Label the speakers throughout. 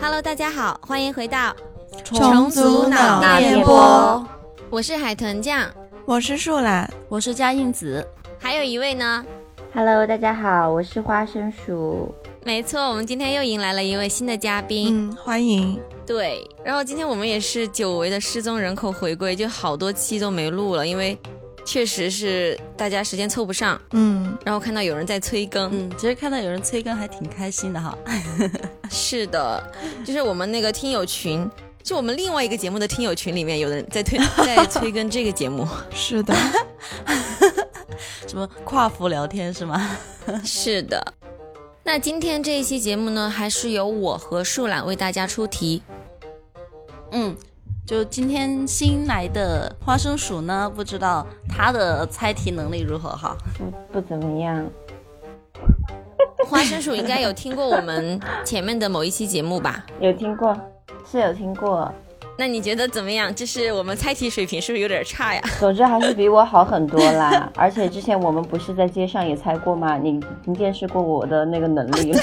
Speaker 1: Hello，大家好，欢迎回到
Speaker 2: 重组脑电波，
Speaker 1: 我是海豚酱，
Speaker 2: 我是树懒，
Speaker 3: 我是嘉应子。
Speaker 1: 还有一位呢，
Speaker 4: Hello，大家好，我是花生鼠。
Speaker 1: 没错，我们今天又迎来了一位新的嘉宾，
Speaker 2: 嗯，欢迎。
Speaker 1: 对。然后今天我们也是久违的失踪人口回归，就好多期都没录了，因为确实是大家时间凑不上，
Speaker 2: 嗯，
Speaker 1: 然后看到有人在催更，
Speaker 3: 嗯，其实看到有人催更还挺开心的哈。
Speaker 1: 是的，就是我们那个听友群，就我们另外一个节目的听友群里面，有人 在推在催更这个节目。
Speaker 2: 是的，
Speaker 3: 什么跨服聊天是吗？
Speaker 1: 是的，那今天这一期节目呢，还是由我和树懒为大家出题。
Speaker 3: 嗯， 就今天新来的花生鼠呢，不知道他的猜题能力如何哈。
Speaker 4: 不不怎么样，
Speaker 1: 花生鼠应该有听过我们前面的某一期节目吧？
Speaker 4: 有听过，是有听过。
Speaker 1: 那你觉得怎么样？就是我们猜题水平是不是有点差呀？
Speaker 4: 总之还是比我好很多 啦。而且之前我们不是在街上也猜过吗？你你见识过我的那个能力了？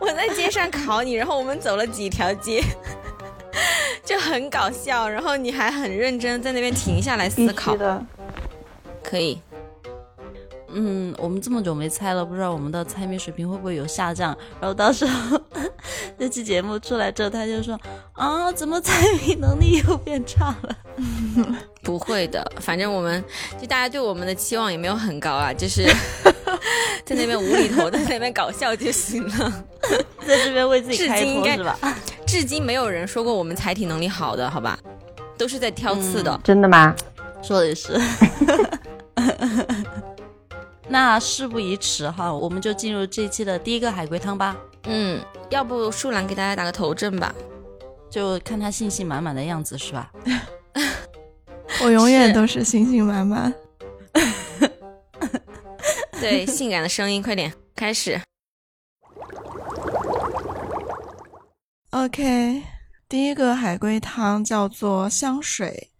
Speaker 1: 我在街上考你，然后我们走了几条街， 就很搞笑。然后你还很认真在那边停下来思
Speaker 4: 必
Speaker 1: 考
Speaker 4: 须，的。
Speaker 1: 可以。
Speaker 3: 嗯，我们这么久没猜了，不知道我们的猜谜水平会不会有下降。然后到时候 这期节目出来之后，他就说啊，怎么猜谜能力又变差了？
Speaker 1: 不会的，反正我们就大家对我们的期望也没有很高啊，就是 在那边无厘头，在那边搞笑就行了。
Speaker 3: 在这边为自
Speaker 1: 至
Speaker 3: 己
Speaker 1: 今
Speaker 3: 开
Speaker 1: 应
Speaker 3: 脱
Speaker 1: 该
Speaker 3: 是吧？
Speaker 1: 至今没有人说过我们才体能力好的，好吧？都是在挑刺的。
Speaker 4: 真的吗？
Speaker 3: 说的也是。 那事不宜迟哈，我们就进入这一期的第一个海龟汤吧，
Speaker 1: 嗯，要不树懒给大家打个头阵吧？
Speaker 3: 就看他信心满满的样子是吧？
Speaker 2: 我永远都是信心满满。
Speaker 1: 对，性感的声音，快点开始。
Speaker 2: OK，第一个海龟汤叫做香水，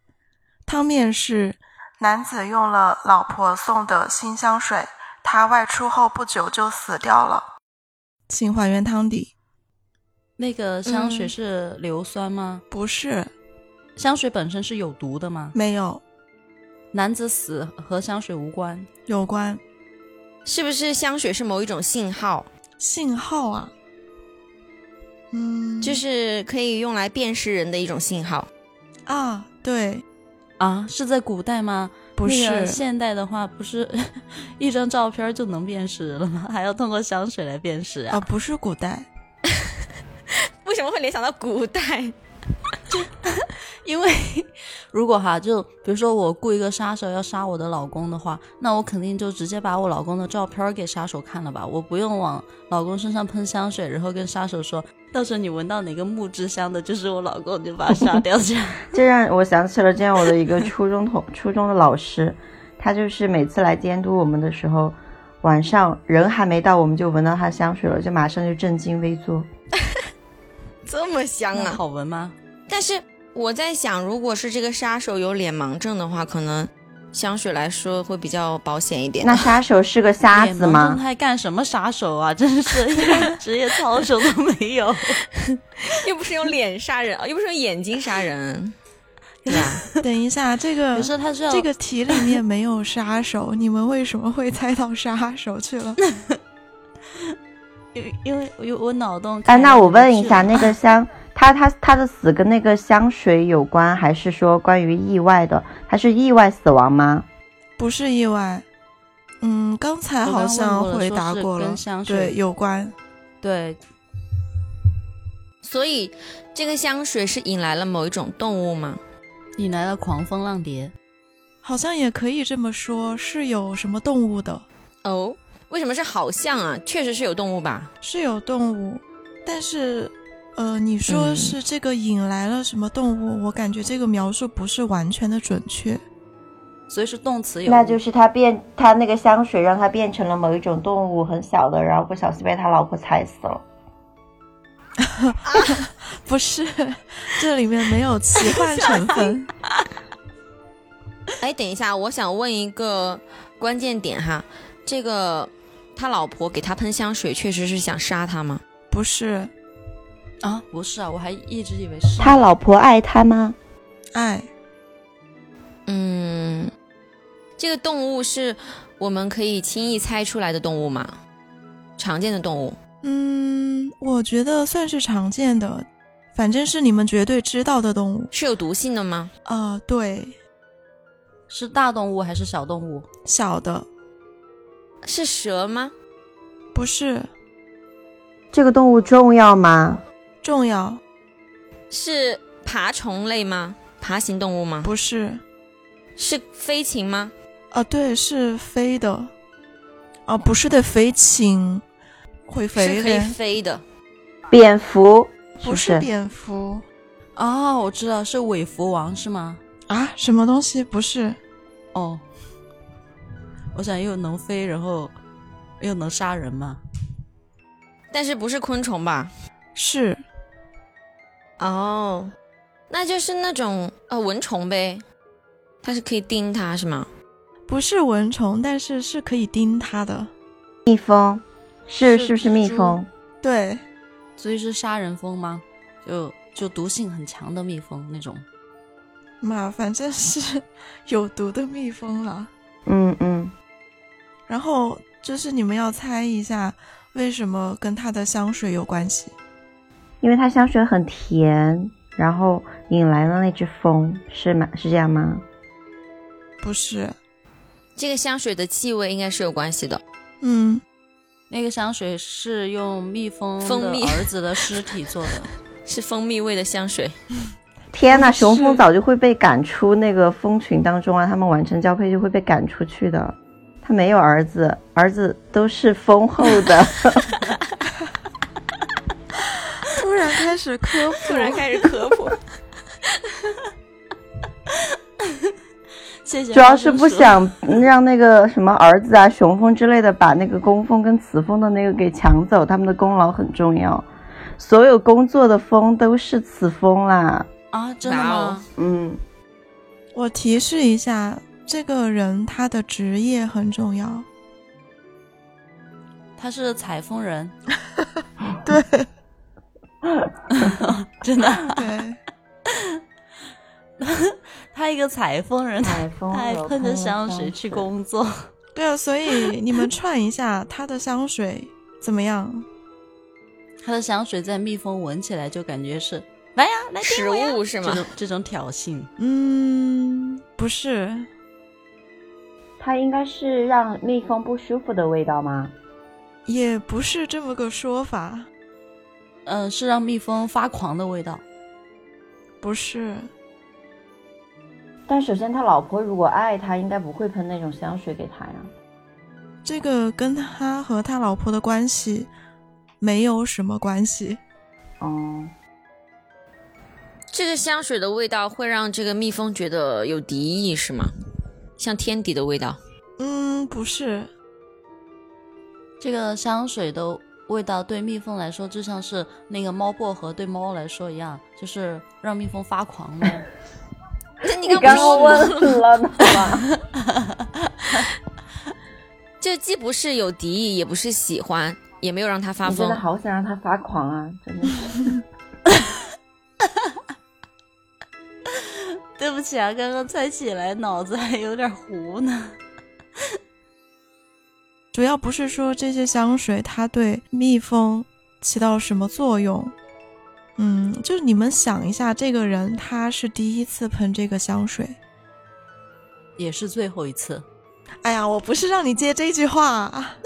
Speaker 2: 汤面是男子用了老婆送的新香水，他外出后不久就死掉了。请还原汤底，
Speaker 3: 那个香水
Speaker 1: 嗯
Speaker 3: 是硫酸吗？
Speaker 2: 不是
Speaker 3: 香水本身是有毒的吗？
Speaker 2: 没有
Speaker 3: 男子死和香水无关，
Speaker 2: 有关
Speaker 1: 是不是香水是某一种信号，
Speaker 2: 信号啊，嗯，
Speaker 1: 就是可以用来辨识人的一种信号？
Speaker 2: 啊，对，
Speaker 3: 啊，是在古代吗？
Speaker 2: 不
Speaker 3: 那个
Speaker 2: 是
Speaker 3: 现代的话，不是 一张照片就能辨识了吗？还要通过香水来辨识啊？
Speaker 2: 啊，不是古 代，
Speaker 1: 为什么会联想到古代？
Speaker 3: 因为如果哈，就比如说我雇一个杀手要杀我的老公的话，那我肯定就直接把我老公的照片儿给杀手看了吧，我不用往老公身上喷香水，然后跟杀手说，到时候你闻到哪个木质香的，就是我老公，你就把他杀掉 这样。
Speaker 4: 这让我想起了这样我的一个初中 同初中的老师，他就是每次来监督我们的时候，晚上人还没到，我们就闻到他香水了，就马上就正襟危坐。
Speaker 1: 这么香
Speaker 3: 那
Speaker 1: 啊！
Speaker 3: 好闻吗？
Speaker 1: 但是我在想，如果是这个杀手有脸盲症的话，可能香水来说会比较保险一点。
Speaker 4: 那杀手是个瞎
Speaker 3: 脸
Speaker 4: 子
Speaker 3: 盲
Speaker 4: 吗
Speaker 3: 症？还干什么杀手啊？真是一 点职业操守都没有。
Speaker 1: 又不是用脸杀人，又不是用眼睛杀人，对啊呀、
Speaker 2: 等一下，这
Speaker 3: 可
Speaker 2: 个
Speaker 3: 是他是要
Speaker 2: 这个题里面没有杀手，你们为什么会猜到杀手去了？
Speaker 3: 因为因为我我脑洞开
Speaker 4: 哎，
Speaker 3: 不
Speaker 4: 那我问
Speaker 3: 进
Speaker 4: 一
Speaker 3: 去
Speaker 4: 下，
Speaker 3: 了
Speaker 4: 那个香，他他他的死跟那个香水有关，还是说关于意外的？他是意外死亡吗？
Speaker 2: 不是意外。嗯，刚才
Speaker 3: 我刚
Speaker 2: 好
Speaker 3: 问
Speaker 2: 像
Speaker 3: 过了
Speaker 2: 回
Speaker 3: 说
Speaker 2: 答
Speaker 3: 是
Speaker 2: 过
Speaker 3: 跟
Speaker 2: 了，
Speaker 3: 香水
Speaker 2: 对，有关，
Speaker 3: 对
Speaker 1: 所以这个香水是引来了某一种动物吗？
Speaker 3: 引来了狂风浪蝶。
Speaker 2: 好像也可以这么说，是有什么动物的，
Speaker 1: 哦，为什么是好像啊？确实是有动物吧？
Speaker 2: 是有动物，但是，呃，你说
Speaker 1: 嗯
Speaker 2: 是这个引来了什么动物，我感觉这个描述不是完全的准确。
Speaker 3: 所以是动词有，
Speaker 4: 那就是他变，他那个香水让他变成了某一种动物，很小的，然后不小心被他老婆踩死了。
Speaker 2: 不是， 这里面没有奇幻成分。
Speaker 1: 哎，等一下，我想问一个关键点哈，这个他老婆给他喷香水，确实是想杀他吗？
Speaker 2: 不是
Speaker 3: 啊，不是啊，我还一直以为是
Speaker 4: 他老婆爱他吗？
Speaker 2: 爱，
Speaker 1: 嗯，这个动物是我们可以轻易猜出来的动物吗？常见的动物？
Speaker 2: 嗯，我觉得算是常见的，反正是你们绝对知道的动物。
Speaker 1: 是有毒性的吗？
Speaker 2: 呃，对，
Speaker 3: 是大动物还是小动物？
Speaker 2: 小的
Speaker 1: 是蛇吗？
Speaker 2: 不是
Speaker 4: 这个动物重要吗？
Speaker 2: 重要，
Speaker 1: 是爬虫类吗？爬行动物吗？
Speaker 2: 不是，
Speaker 1: 是飞禽吗？
Speaker 2: 呃，对，是飞的，啊、不是的，飞禽会飞
Speaker 1: 是可以
Speaker 2: 的，
Speaker 1: 飞的。
Speaker 4: 蝙蝠
Speaker 2: 不是
Speaker 4: 是不是
Speaker 2: 蝙蝠
Speaker 3: 哦，我知道是尾蝠王是吗？
Speaker 2: 啊，什么东西不是？
Speaker 3: 哦，我想又能飞，然后又能杀人嘛。
Speaker 1: 但是不是昆虫吧？
Speaker 2: 是
Speaker 1: 哦，那就是那种呃蚊虫呗，它是可以叮它是吗？
Speaker 2: 不是蚊虫？但是是可以叮它的，
Speaker 4: 蜜蜂是
Speaker 3: 是
Speaker 4: 是不是蜜
Speaker 3: 蜘蛛
Speaker 4: 蜂？
Speaker 2: 对，
Speaker 3: 所以是杀人蜂吗？就就毒性很强的蜜蜂那种。
Speaker 2: 嘛，反正是 有毒的蜜蜂了。
Speaker 4: 嗯嗯，
Speaker 2: 然后就是你们要猜一下，为什么跟它的香水有关系？
Speaker 4: 因为它香水很甜，然后引来了那只风，是吗？是这样吗？
Speaker 2: 不是，
Speaker 1: 这个香水的气味应该是有关系的。
Speaker 2: 嗯，
Speaker 3: 那个香水是用蜜蜂
Speaker 1: 蜂蜜
Speaker 3: 的儿子的尸体 做的。
Speaker 1: 是蜂蜜味的香水，
Speaker 4: 天
Speaker 3: 嗯
Speaker 4: 呐，
Speaker 2: 不是
Speaker 4: 雄蜂早就会被赶出那个蜂群当中啊，它们完成交配就会被赶出去的。它没有儿子，儿子都是蜂后 的。
Speaker 2: 突然开始科普，
Speaker 1: 突然开始科普。
Speaker 3: 谢谢。
Speaker 4: 主要是不。想让那个什么儿子啊、雄蜂之类的把那个工蜂跟雌蜂的那个给抢走，他们的功劳很重要。所有工作的蜂都是雌蜂啦。
Speaker 3: 啊，真的
Speaker 1: 哇
Speaker 3: 吗
Speaker 1: 哦？
Speaker 4: 嗯，
Speaker 2: 我提示一下，这个人他的职业很重要。
Speaker 3: 他是采风 人，
Speaker 2: 对
Speaker 3: 真的，
Speaker 2: 对，
Speaker 3: 他一个采风啊人，他还哎喷着香水去工作。
Speaker 2: 对啊，所以你们串一下他的香水怎么样？
Speaker 3: 他的香水在蜜蜂闻起来就感觉是来呀，来叮
Speaker 1: 食
Speaker 3: 我呀
Speaker 1: 物是吗
Speaker 3: 这种这种挑衅，
Speaker 2: 嗯，不是，
Speaker 4: 它应该是让蜜蜂不舒服的味道吗？
Speaker 2: 也不是这么个说法，
Speaker 3: 嗯、是让蜜蜂发狂的味道。
Speaker 2: 不是，
Speaker 4: 但首先，他老婆如果爱他，应该不会喷那种香水给他呀。
Speaker 2: 这个跟他和他老婆的关系没有什么关系。
Speaker 4: 哦，
Speaker 1: 这个香水的味道会让这个蜜蜂觉得有敌意是吗？像天敌的味道，
Speaker 2: 嗯，不是，
Speaker 3: 这个香水的味道对蜜蜂来说，就像是那个猫薄荷对猫来说一样，就是让蜜蜂发狂嘛。
Speaker 1: 那你
Speaker 4: 你
Speaker 1: 刚
Speaker 4: 刚
Speaker 1: 不是
Speaker 4: 刚问了呢吗？
Speaker 1: 这既不是有敌意，也不是喜欢，也没有让它发
Speaker 4: 你真
Speaker 1: 疯
Speaker 4: 的。好想让他发狂啊！真的是。
Speaker 3: 对不起啊，刚刚猜起来脑子还有点糊呢。
Speaker 2: 主要不是说这些香水它对蜜蜂起到什么作用。嗯，就是你们想一下，这个人他是第一次喷这个香水。
Speaker 3: 也是最后一次，
Speaker 2: 哎呀，我不是让你接这句话，啊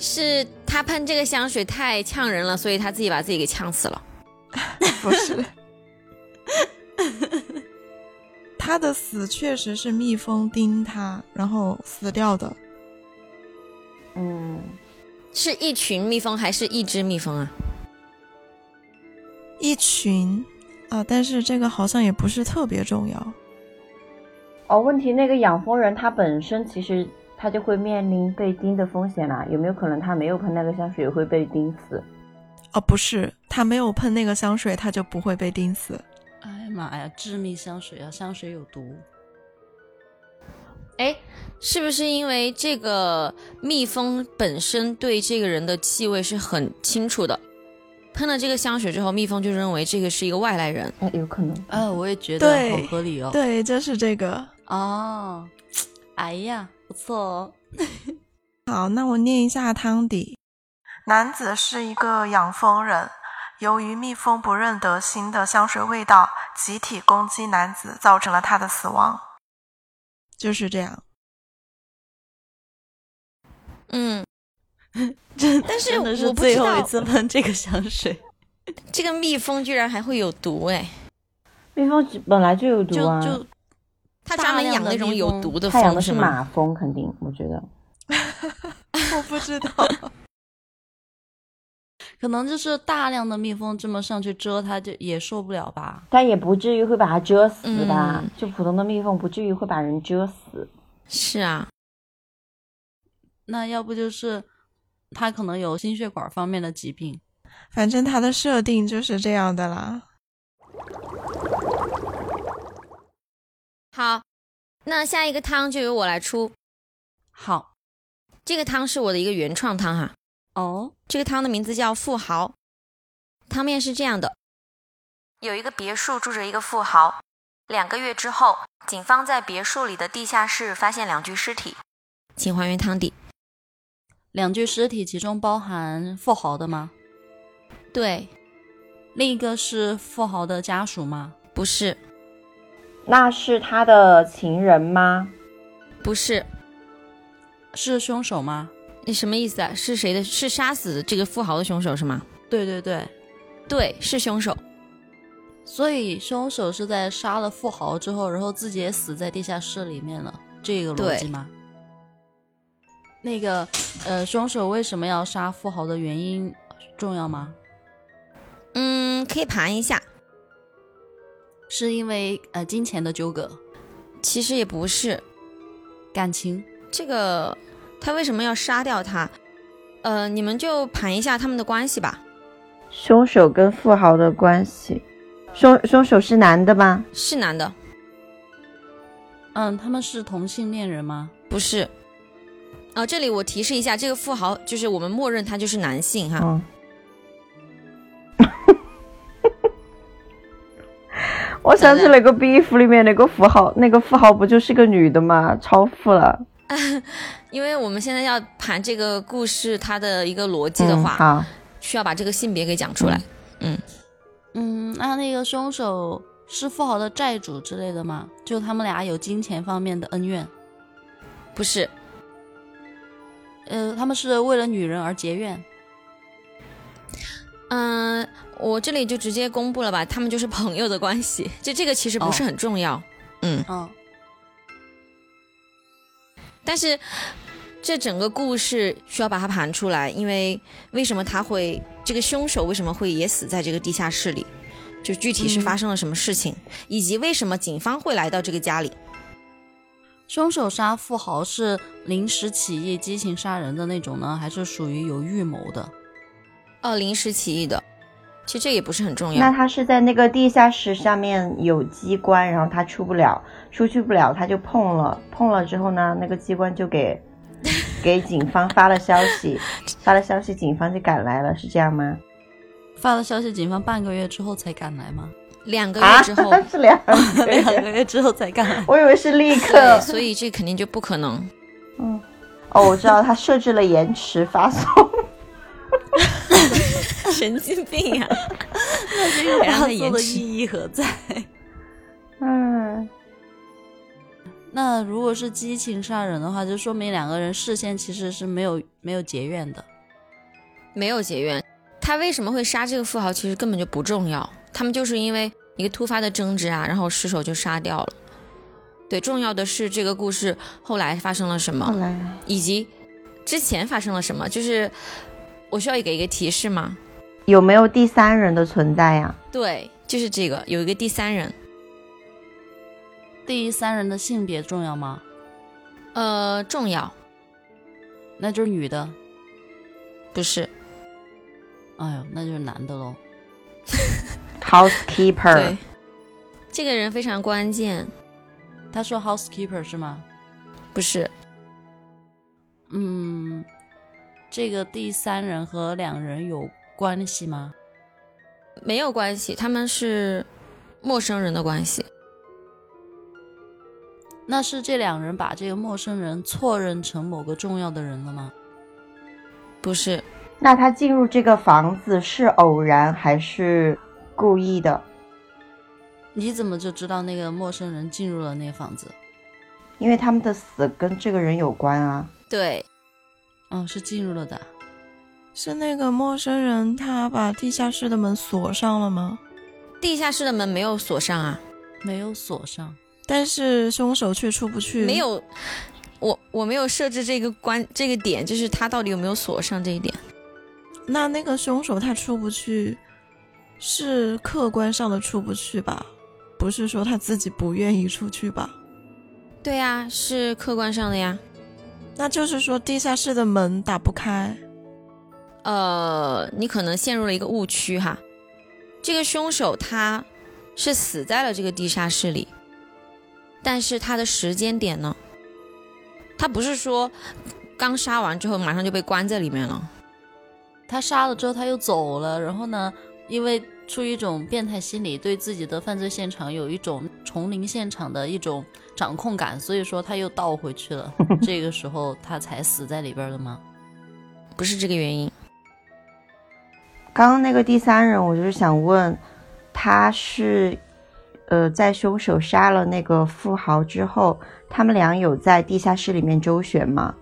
Speaker 1: 是他喷这个香水太呛人了，所以他自己把自己给呛死了。
Speaker 2: 不是。他的死确实是蜜蜂叮他，然后死掉的。
Speaker 4: 嗯，
Speaker 1: 是一群蜜蜂还是一只蜜蜂啊？
Speaker 2: 一群啊、但是这个好像也不是特别重要。
Speaker 4: 哦，问题那个养蜂人他本身其实他就会面临被叮的风险啦、啊有没有可能他没有喷那个香水也会被叮死？
Speaker 2: 哦，不是，他没有喷那个香水，他就不会被叮死。
Speaker 3: 哎呀妈呀，致命香水啊！香水有毒，
Speaker 1: 哎，是不是因为这个蜜蜂本身对这个人的气味是很清楚的？喷了这个香水之后，蜜蜂就认为这个是一个外来人。
Speaker 4: 哎，有可能。
Speaker 3: 哎，我也觉得好
Speaker 2: 对
Speaker 3: 合理哦。
Speaker 2: 对，就是这个。
Speaker 3: 哦，哎呀，不错哦。
Speaker 2: 好，那我念一下汤底。男子是一个养蜂人，由于蜜蜂不认得新的香水味道，集体攻击男子，造成了他的死亡。就是这样。
Speaker 1: 嗯，
Speaker 3: 真，
Speaker 1: 但是
Speaker 3: 真的是
Speaker 1: 我不
Speaker 3: 最
Speaker 1: 知
Speaker 3: 后一
Speaker 1: 道
Speaker 3: 次喷这个香水，
Speaker 1: 这个蜜蜂居然还会有毒哎，
Speaker 4: 蜜蜂只本来就有毒
Speaker 3: 就
Speaker 4: 啊，
Speaker 3: 就
Speaker 1: 它专门
Speaker 3: 大量
Speaker 1: 养
Speaker 3: 的
Speaker 1: 那种
Speaker 3: 蜜
Speaker 1: 有
Speaker 3: 蜂
Speaker 1: 毒的
Speaker 4: 它养的
Speaker 1: 蜂
Speaker 4: 是
Speaker 1: 吗？
Speaker 4: 马蜂，肯定，我觉得。
Speaker 2: 我不知道，
Speaker 3: 可能就是大量的蜜蜂这么上去蛰它，就也受不了吧。
Speaker 4: 但也不至于会把它蛰死吧？
Speaker 1: 嗯
Speaker 4: 就普通的蜜蜂不至于会把人蛰死。
Speaker 1: 是啊，
Speaker 3: 那要不就是它可能有心血管方面的疾病。
Speaker 2: 反正它的设定就是这样的啦。
Speaker 1: 好，那下一个汤就由我来出。
Speaker 3: 好
Speaker 1: 这个汤是我的一个原创汤哈，
Speaker 3: 哦，
Speaker 1: 这个汤的名字叫富豪。汤面是这样的：有一个别墅住着一个富豪。两个月之后，警方在别墅里的地下室发现两具尸体。请还原汤底。
Speaker 3: 两具尸体，其中包含富豪的吗？
Speaker 1: 对，
Speaker 3: 另一个是富豪的家属吗？
Speaker 1: 不是，
Speaker 4: 那是他的情人吗？
Speaker 1: 不是，
Speaker 3: 是凶手吗？
Speaker 1: 你什么意思啊？是谁的？是杀死这个富豪的凶手是吗？
Speaker 3: 对对对，
Speaker 1: 对，是凶手。
Speaker 3: 所以凶手是在杀了富豪之后，然后自己也死在地下室里面了，这个逻辑吗？那个，呃，凶手为什么要杀富豪的原因重要吗？
Speaker 1: 嗯，可以盘一下。
Speaker 3: 是因为呃金钱的纠葛、
Speaker 1: 其实也不是，
Speaker 3: 感情？
Speaker 1: 这个他为什么要杀掉他？呃，你们就盘一下他们的关系吧。
Speaker 4: 凶手跟富豪的关系，凶凶手是男的吗？
Speaker 1: 是男的，
Speaker 3: 嗯，他们是同性恋人吗？
Speaker 1: 不是。哦，这里我提示一下，这个富豪就是我们默认他就是男性哈。
Speaker 4: 嗯。 我想起了一个 beef 里面那个富豪，那个富豪不就是个女的吗？超富了。
Speaker 1: 因为我们现在要盘这个故事它的一个逻辑的
Speaker 4: 嗯
Speaker 1: 话，
Speaker 4: 好，
Speaker 1: 需要把这个性别给讲出来。
Speaker 3: 嗯，那那个凶手是富豪的债主之类的吗？就他们俩有金钱方面的恩怨？
Speaker 1: 不是，
Speaker 3: 呃，他们是为了女人而结怨？
Speaker 1: 嗯、我这里就直接公布了吧，他们就是朋友的关系。就这个其实不是
Speaker 3: 哦
Speaker 1: 很重要，嗯，
Speaker 3: 嗯，
Speaker 1: 但是这整个故事需要把它盘出来，因为为什么他会这个凶手为什么会也死在这个地下室里？就具体是
Speaker 3: 嗯
Speaker 1: 发生了什么事情，以及为什么警方会来到这个家里？
Speaker 3: 凶手杀富豪是临时起意、激情杀人的那种呢，还是属于有预谋的？
Speaker 1: 哦，临时起意的，其实这也不是很重
Speaker 4: 那
Speaker 1: 要。
Speaker 4: 他是在那个地下室上面有机关，然后他出不了，出去不了，他就碰了，碰了之后呢，那个机关就 给给警方发了消息，发了消息，警方就赶来了，是这样吗？
Speaker 3: 发了消息，警方半个月之后才赶来吗？
Speaker 1: 两个
Speaker 4: 啊，
Speaker 1: 月之后，
Speaker 4: 是两个
Speaker 3: 两
Speaker 4: 月，
Speaker 3: 个月之后才赶 来。
Speaker 4: 我以为是立刻
Speaker 1: 对，。所以这肯定就不可能。
Speaker 4: 哦，我知道他设置了延迟发送，
Speaker 1: 神经病呀、
Speaker 3: 然
Speaker 1: 让
Speaker 3: 后
Speaker 1: 他延
Speaker 3: 的
Speaker 1: 迟
Speaker 3: 意义何在？
Speaker 4: 嗯，
Speaker 3: 那如果是激情杀人的话，就说明两个人事先其实是没有没有结怨的。
Speaker 1: 没有结怨。他为什么会杀这个富豪，其实根本就不重要。他们就是因为一个突发的争执啊，然后失手就杀掉了。对，重要的是这个故事后来发生了什
Speaker 4: 后
Speaker 1: 么，
Speaker 4: 来
Speaker 1: 以及之前发生了什么。就是我需要给一个提示吗？
Speaker 4: 有没有第三人的存在呀、
Speaker 1: 对，就是这个，有一个第三人。
Speaker 3: 第三人的性别重要吗？
Speaker 1: 呃，重要
Speaker 3: 那就是女的。
Speaker 1: 不是？
Speaker 3: 哎呦，那就是男的喽。
Speaker 4: h o u s e k e e p e r
Speaker 1: 对，这个人非常关键，
Speaker 3: 他说 housekeeper 是吗？
Speaker 1: 不是
Speaker 3: 嗯，这个第三人和两人有关系吗？
Speaker 1: 没有关系，他们是陌生人的关系。
Speaker 3: 那是这两人把这个陌生人错认成某个重要的人了吗？
Speaker 1: 不是，
Speaker 4: 那他进入这个房子是偶然还是故意的？
Speaker 3: 你怎么就知道那个陌生人进入了那房子？
Speaker 4: 因为他们的死跟这个人有关啊。
Speaker 1: 对，
Speaker 3: 哦，是进入了的。
Speaker 2: 是那个陌生人他把地下室的门锁上了吗？
Speaker 1: 地下室的门没有锁上啊，
Speaker 3: 没有锁上。
Speaker 2: 但是凶手却出不去。
Speaker 1: 没，有，我我没有设置这个关这个点，就是他到底有没有锁上这一点。
Speaker 2: 那那个凶手他出不去，是客观上的出不去吧？不是说他自己不愿意出去吧？
Speaker 1: 对呀、是客观上的呀。
Speaker 2: 那就是说地下室的门打不开。
Speaker 1: 呃，你可能陷入了一个误区哈。这个凶手他是死在了这个地下室里，但是他的时间点呢？他不是说刚杀完之后马上就被关在里面了。
Speaker 3: 他杀了之后他又走了，然后呢，因为出于一种变态心理，对自己的犯罪现场有一种重临现场的一种掌控感，所以说他又倒回去了。这个时候他才死在里边的吗？
Speaker 1: 不是这个原因，
Speaker 4: 刚刚那个第三人，我就是想问，他是呃在凶手杀了那个富豪之后，他们俩有在地下室里面周旋吗？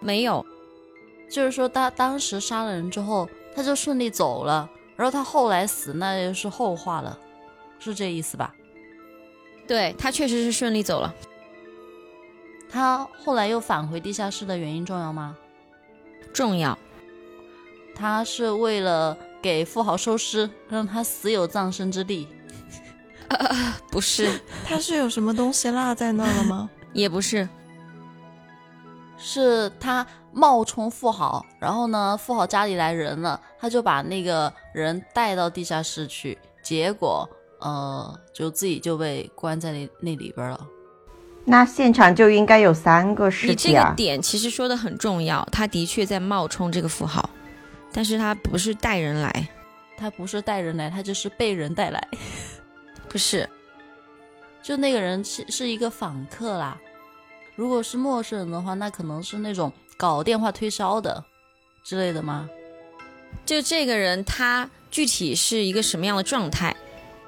Speaker 1: 没有，
Speaker 3: 就是说他当时杀了人之后，他就顺利走了，然后他后来死那也是后话了，是这意思吧？
Speaker 1: 对他确实是顺利走了，
Speaker 3: 他后来又返回地下室的原因重要吗？
Speaker 1: 重要。
Speaker 3: 他是为了给富豪收尸，让他死有葬身之地。
Speaker 1: 不 是，
Speaker 2: 他是有什么东西落在那儿了吗？
Speaker 1: 也不是，
Speaker 3: 是他冒充富豪，然后呢，富豪家里来人了，他就把那个人带到地下室去，结果呃，就自己就被关在那那里边了。
Speaker 4: 那现场就应该有三个尸
Speaker 1: 你这
Speaker 4: 体
Speaker 1: 个
Speaker 4: 啊。
Speaker 1: 点其实说的很重要，他的确在冒充这个富豪，但是他不是带人来，
Speaker 3: 他不是带人来，他就是被人带来。
Speaker 1: 不是，
Speaker 3: 就那个人是是一个访客啦，如果是陌生人的话，那可能是那种搞电话推销的之类的吗？
Speaker 1: 就这个人他具体是一个什么样的状态，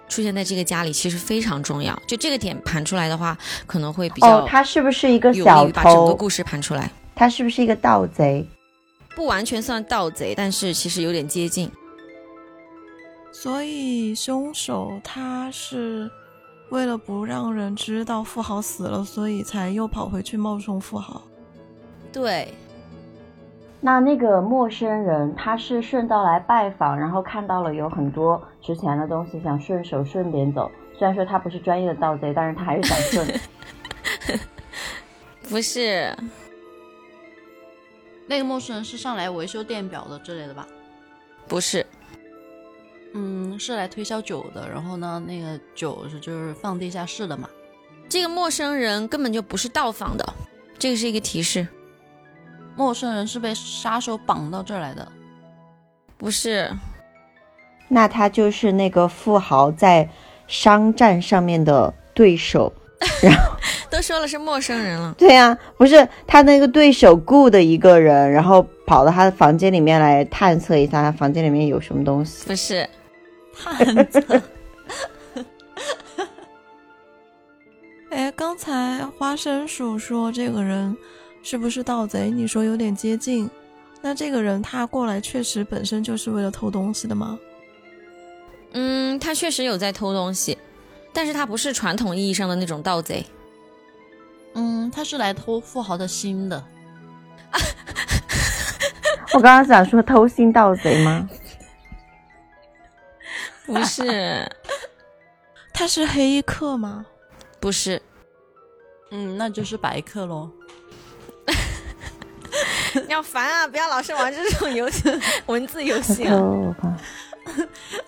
Speaker 1: 出现在这个家里其实非常重要。就这个点盘出来的话，可能会比较
Speaker 4: 哦，他是不是一个
Speaker 1: 有
Speaker 4: 小
Speaker 1: 利于把整个
Speaker 4: 偷？
Speaker 1: 故事盘出来，
Speaker 4: 他是不是一个盗贼？
Speaker 1: 不完全算盗贼，但是其实有点接近。
Speaker 2: 所以凶手他是为了不让人知道富豪死了，所以才又跑回去冒充富豪。
Speaker 1: 对，
Speaker 4: 那那个陌生人，他是顺道来拜访，然后看到了有很多值钱的东西，想顺手顺点走。虽然说他不是专业的盗贼，但是他还是想顺。
Speaker 1: 不是，
Speaker 3: 那个陌生人是上来维修电表的之类的吧？
Speaker 1: 不是，
Speaker 3: 嗯，是来推销酒的。然后呢，那个酒是就是放地下室的嘛。
Speaker 1: 这个陌生人根本就不是到访的，这个是一个提示，
Speaker 3: 陌生人是被杀手绑到这儿来的，
Speaker 1: 不是，
Speaker 4: 那他就是那个富豪在商战上面的对手。
Speaker 1: 都说了是陌生人了。
Speaker 4: 对啊，不是他那个对手雇的一个人，然后跑到他的房间里面来探测一下他房间里面有什么东西。
Speaker 1: 不是，
Speaker 3: 探测。
Speaker 2: 哎，刚才花生鼠说这个人是不是盗贼？你说有点接近。那这个人他过来确实本身就是为了偷东西的吗？
Speaker 1: 嗯，他确实有在偷东西，但是他不是传统意义上的那种盗贼。
Speaker 3: 嗯，他是来偷富豪的心的。
Speaker 4: 我刚刚想说偷心盗贼吗？
Speaker 1: 不是，
Speaker 2: 他是黑衣客吗？
Speaker 1: 不是，
Speaker 3: 嗯，那就是白客喽。
Speaker 1: 你好烦啊！不要老是玩这种游戏， 文字游戏啊。
Speaker 4: 哦，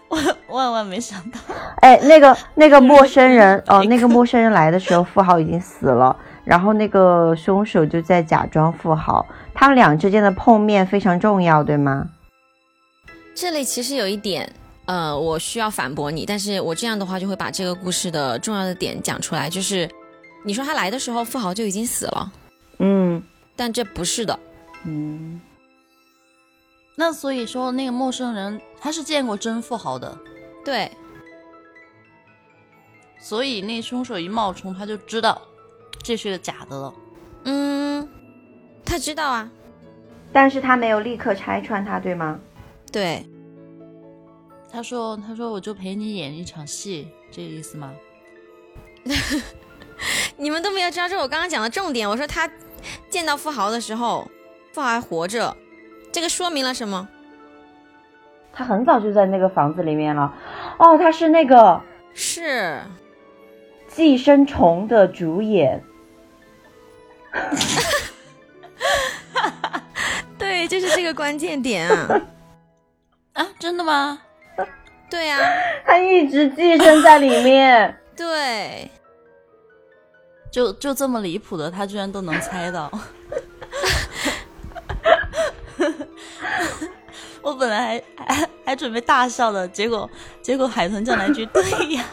Speaker 3: 我 万万没想到，
Speaker 4: 嗯 哎，那个那个陌生人哦，那个陌生人来的时候，富豪已经死了。然后那个凶手就在假装富豪，他们俩之间的碰面非常重要，对吗？
Speaker 1: 这里其实有一点，呃，我需要反驳你，但是我这样的话就会把这个故事的重要的点讲出来，就是你说他来的时候，富豪就已经死了，
Speaker 4: 嗯
Speaker 1: 但这不是的，
Speaker 4: 嗯，
Speaker 3: 那所以说，那个陌生人他是见过真富豪的，
Speaker 1: 对，
Speaker 3: 所以那凶手一冒充，他就知道这是个假的了。
Speaker 1: 嗯，他知道啊，
Speaker 4: 但是他没有立刻拆穿他，对吗？
Speaker 1: 对，
Speaker 3: 他说：“他说我就陪你演一场戏，这个意思吗？
Speaker 1: 你们都没有抓住我刚刚讲的重点，我说他见到富豪的时候，富豪还活着，这个说明了什么？
Speaker 4: 他很早就在那个房子里面了。哦，他是那个
Speaker 1: 是，
Speaker 4: 《寄生虫》的主演，
Speaker 1: 对，就是这个关键点啊，
Speaker 3: 啊，真的吗？
Speaker 1: 对啊，
Speaker 4: 他一直寄生在里 面。
Speaker 1: 对。
Speaker 3: 就就这么离谱的，他居然都能猜到。 我本来还还还准备大笑的，结果结果海豚酱来句对呀，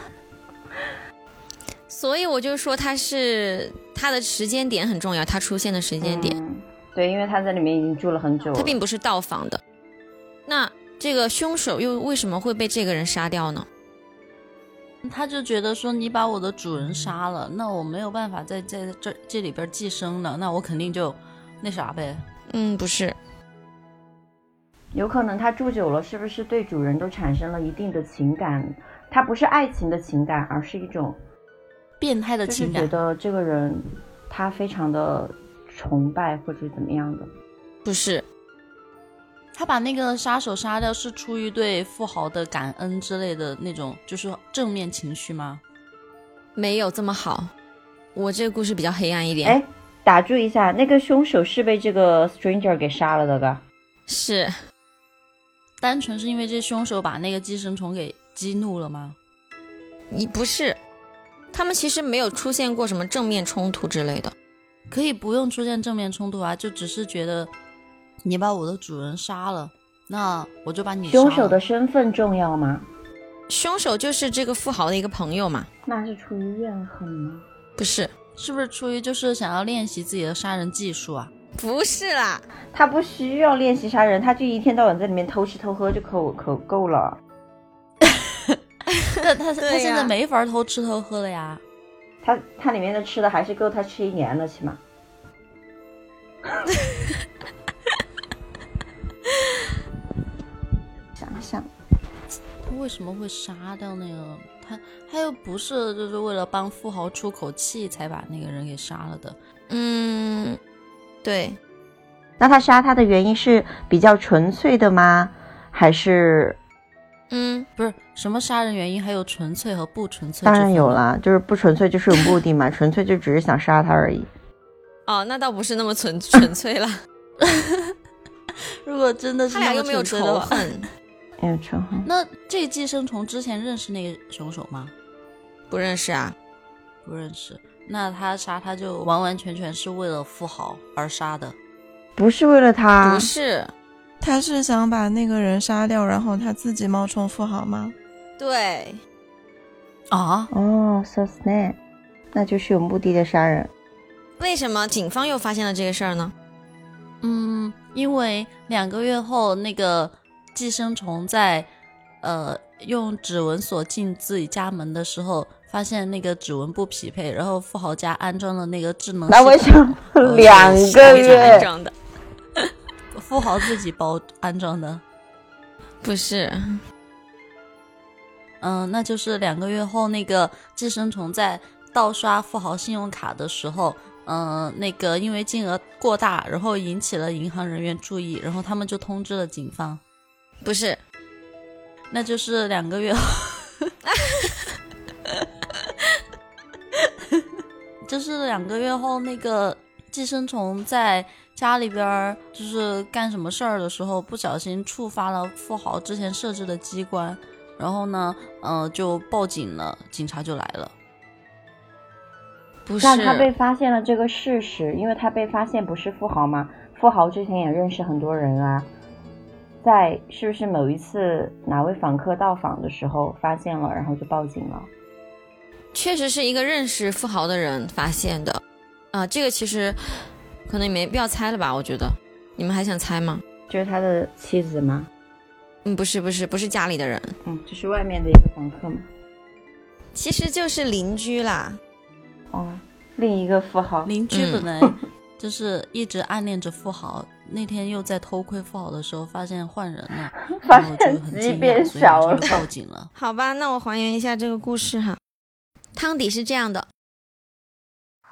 Speaker 1: 所以我就说他是他的时间点很重要，他出现的时间点，
Speaker 4: 嗯 对，因为他在里面已经住了很久
Speaker 1: 他
Speaker 4: 了。
Speaker 1: 并不是到访的。那这个凶手又为什么会被这个人杀掉呢？
Speaker 3: 他就觉得说你把我的主人杀了，那我没有办法在在这这里边寄生了，那我肯定就那啥呗。
Speaker 1: 嗯，不是，
Speaker 4: 有可能他住久了，是不是对主人都产生了一定的情感？他不是爱情的情感，而是一种
Speaker 3: 变态的
Speaker 4: 就是
Speaker 3: 情
Speaker 4: 觉
Speaker 3: 感，
Speaker 4: 得这个人他非常的崇拜或者怎么样的。
Speaker 1: 不是，
Speaker 3: 他把那个杀手杀掉是出于对富豪的感恩之类的那种，就是正面情绪吗？
Speaker 1: 没有这么好。我这个故事比较黑暗一点，
Speaker 4: 哎，打住一下，那个凶手是被这个 stranger 给杀了的吧？
Speaker 1: 是
Speaker 3: 单纯是因为这凶手把那个寄生虫给激怒了吗？
Speaker 1: 你不是，他们其实没有出现过什么正面冲突之类的。
Speaker 3: 可以不用出现正面冲突啊，就只是觉得你把我的主人杀了，那我就把你杀了
Speaker 4: 凶手的身份重要吗？
Speaker 1: 凶手就是这个富豪的一个朋友嘛？
Speaker 4: 那是出于怨恨吗？
Speaker 1: 不是，
Speaker 3: 是不是出于就是想要练习自己的杀人技术 啊？
Speaker 1: 不是啦，
Speaker 4: 他不需要练习杀人，他就一天到晚在里面偷吃偷喝就可可够了。
Speaker 3: 那他、
Speaker 1: 对呀
Speaker 3: 他现在没法偷吃偷喝了呀，
Speaker 4: 他他里面的吃的还是够他吃一年了，起码。 想了想，
Speaker 3: 他为什么会杀掉那个他？他又不是就是为了帮富豪出口气才把那个人给杀了的，
Speaker 1: 嗯，对，
Speaker 4: 那他杀他的原因是比较纯粹的吗？还是
Speaker 1: 嗯，
Speaker 3: 不是什么杀人原因，还有纯粹和不纯粹。
Speaker 4: 当然有，啦，就是不纯粹就是有目的 嘛，纯粹就只是想杀他而已。
Speaker 1: 哦，那倒不是那么纯纯粹了。
Speaker 3: 如果真的是
Speaker 1: 他俩
Speaker 3: 那
Speaker 1: 又
Speaker 3: 么
Speaker 1: 没有
Speaker 3: 纯粹
Speaker 1: 仇
Speaker 3: 的话，
Speaker 1: 恨，
Speaker 4: 哎呦，陈红，
Speaker 3: 那这寄生虫之前认识那个凶手吗？
Speaker 1: 不认识啊？
Speaker 3: 不认识。那他杀他就完完全全是为了富豪而杀的，
Speaker 4: 不是为了他
Speaker 1: 不，是，
Speaker 2: 他是想把那个人杀掉，然后他自己冒充富豪吗？
Speaker 1: 对，
Speaker 3: 啊？
Speaker 4: 哦，so snap，那就是有目的的杀人。
Speaker 1: 为什么警方又发现了这个事儿呢？
Speaker 3: 嗯，因为两个月后那个寄生虫在呃用指纹锁进自己家门的时候，发现那个指纹不匹配，然后富豪家安装了那个智能系
Speaker 4: 那
Speaker 3: 统。
Speaker 4: 我想
Speaker 3: 呃
Speaker 4: 两个
Speaker 1: 是
Speaker 4: 月
Speaker 1: 安装的，
Speaker 3: 富豪自己包安装的。
Speaker 1: 不是，
Speaker 3: 嗯，那就是两个月后，那个寄生虫在盗刷富豪信用卡的时候，嗯、那个因为金额过大，然后引起了银行人员注意，然后他们就通知了警方。
Speaker 1: 不是，
Speaker 3: 那就是两个月后， 就是两个月后，那个寄生虫在家里边儿就是干什么事儿的时候，不小心触发了富豪之前设置的机关，然后呢，呃，就报警了，警察就来了。
Speaker 1: 不
Speaker 4: 但他被
Speaker 1: 是，
Speaker 4: 发现了这个事实，因为他被发现不是富豪嘛，富豪之前也认识很多人啊，在是不是某一次哪位访客到访的时候发现了，然后就报警了？
Speaker 1: 确实是一个认识富豪的人发现的，啊、这个其实可能也没必要猜了吧？我觉得，你们还想猜吗？
Speaker 4: 就是他的妻子吗？
Speaker 1: 嗯，不是，不是，不是家里的人，
Speaker 4: 嗯，就是外面的一个访客嘛。
Speaker 1: 其实就是邻居啦。
Speaker 4: 哦，另一个富豪，
Speaker 3: 邻居本
Speaker 1: 嗯
Speaker 3: 来 就是一直暗恋着富豪，那天又在偷窥富豪的时候发现换人 了，
Speaker 4: 发
Speaker 3: 然后就
Speaker 4: 现
Speaker 3: 很
Speaker 4: 鸡
Speaker 3: 惊
Speaker 4: 变
Speaker 3: 讶，所以马
Speaker 4: 小
Speaker 3: 上
Speaker 4: 了
Speaker 3: 就报警了。
Speaker 1: 好吧，那我还原一下这个故事哈。汤底是这样的：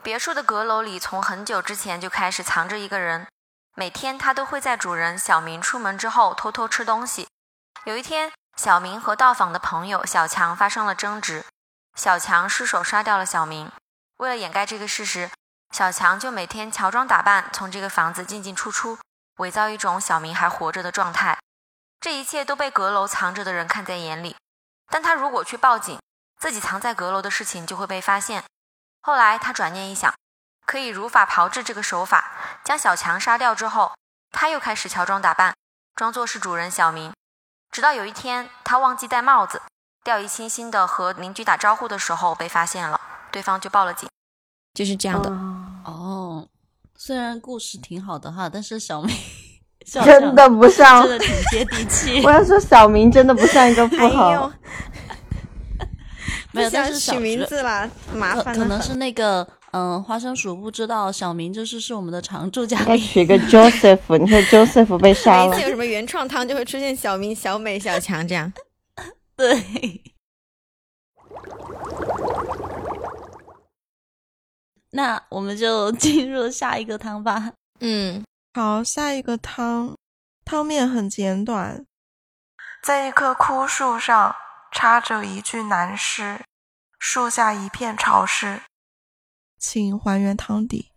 Speaker 1: 别墅的阁楼里从很久之前就开始藏着一个人，每天他都会在主人小明出门之后偷偷吃东西。有一天，小明和到访的朋友小强发生了争执，小强失手杀掉了小明。为了掩盖这个事实，小强就每天乔装打扮，从这个房子进进出出，伪造一种小明还活着的状态。这一切都被阁楼藏着的人看在眼里，但他如果去报警，自己藏在阁楼的事情就会被发现。后来他转念一想，可以如法炮制这个手法，将小强杀掉之后，他又开始乔装打扮，装作是主人小明。直到有一天，他忘记戴帽子，掉以轻心的和邻居打招呼的时候被发现了，对方就报了警。就是这样的，
Speaker 4: 哦
Speaker 3: 哦，虽然故事挺好的哈，但是小明笑
Speaker 4: 真的不像
Speaker 3: 真，的挺接地气
Speaker 4: 我。要说小明真的不像一个
Speaker 1: 哎
Speaker 4: 富豪，，
Speaker 3: 没有，但是小时
Speaker 1: 啦，麻
Speaker 3: 可可能是那个嗯、呃花生薯不知道小明就是是我们的常驻嘉
Speaker 4: 要
Speaker 3: 宾。
Speaker 4: 取个 Joseph，你说 Joseph 被杀
Speaker 1: 每一
Speaker 4: 了
Speaker 1: 次，有什么原创汤，就会出现小明、小美、小强这样。
Speaker 3: 对。那我们就进入下一个汤吧。
Speaker 1: 嗯，
Speaker 2: 好，下一个汤，汤面很简短，在一棵枯树上插着一具男尸，树下一片潮湿。请还原汤底。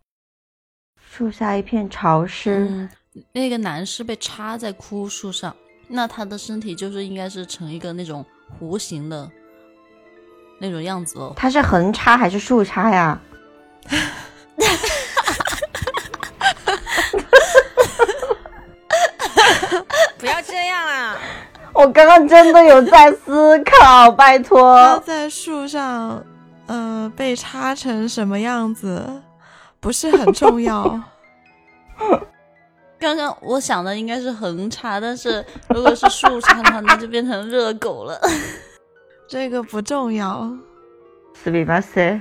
Speaker 4: 树下一片潮湿。
Speaker 3: 嗯，那个男士被插在枯树上，那他的身体就是应该是成一个那种弧形的那种样子哦。
Speaker 4: 它是横插还是竖插呀？
Speaker 1: 不要这样啊啦！
Speaker 4: 我刚刚真的有在思考，拜
Speaker 2: 他
Speaker 4: 托。
Speaker 2: 在树上，呃，被插成什么样子，不是很重要。
Speaker 3: 刚刚我想的应该是横插，但是如果是竖插的话，那就变成热狗 了。
Speaker 2: 这个不重要。
Speaker 4: 死比巴塞。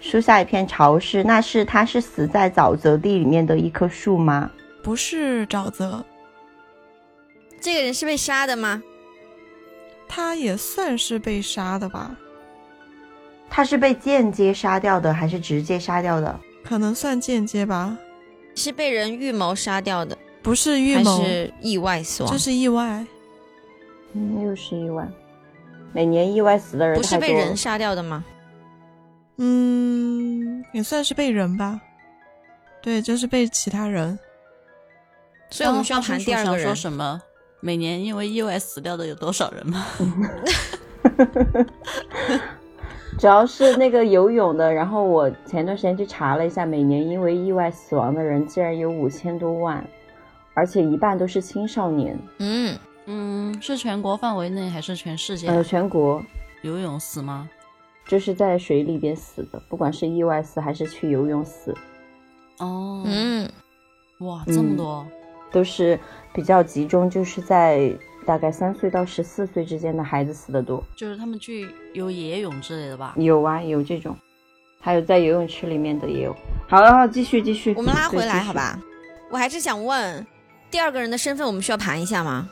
Speaker 4: 树下一片潮湿，那是它是死在沼泽地里面的一棵树吗？
Speaker 2: 不是沼泽，
Speaker 1: 这个人是被杀的吗？
Speaker 2: 他也算是被杀的吧，
Speaker 4: 它是被间接杀掉的还是直接杀掉的？
Speaker 2: 可能算间接吧，
Speaker 1: 是被人预谋杀掉的，
Speaker 2: 不是预
Speaker 1: 还
Speaker 2: 谋，
Speaker 1: 是意外死亡？
Speaker 2: 这是意外。
Speaker 4: 嗯，又是意外。每年意外死的人
Speaker 1: 不是
Speaker 4: 太多
Speaker 1: 被
Speaker 4: 了
Speaker 1: 人杀掉的吗？
Speaker 2: 嗯，也算是被人吧，对，就是被其他人。
Speaker 1: 所以我们需要盘第二个
Speaker 3: 刚刚花生树想说
Speaker 1: 人。
Speaker 3: 什么？每年因为意外死掉的有多少人吗？
Speaker 4: 主要是那个游泳的。然后我前段时间去查了一下，每年因为意外死亡的人竟然有五千多万，而且一半都是青少年。
Speaker 1: 嗯，
Speaker 3: 嗯，是全国范围内还是全世界啊、
Speaker 4: 呃，全国
Speaker 3: 游泳死吗？
Speaker 4: 就是在水里边死的，不管是意外死还是去游泳死，
Speaker 3: 哦，
Speaker 1: 嗯，
Speaker 3: 哇，这么
Speaker 4: 嗯
Speaker 3: 多，
Speaker 4: 都是比较集中，就是在大概三岁到十四岁之间的孩子死的多。
Speaker 3: 就是他们去游野泳之类的吧？
Speaker 4: 有啊，有这种，还有在游泳池里面的也有。好了，好，继续继 续，
Speaker 1: 我们拉
Speaker 4: 对
Speaker 1: 回来
Speaker 4: 继续
Speaker 1: 好吧？我还是想问，第二个人的身份我们需要盘一下吗？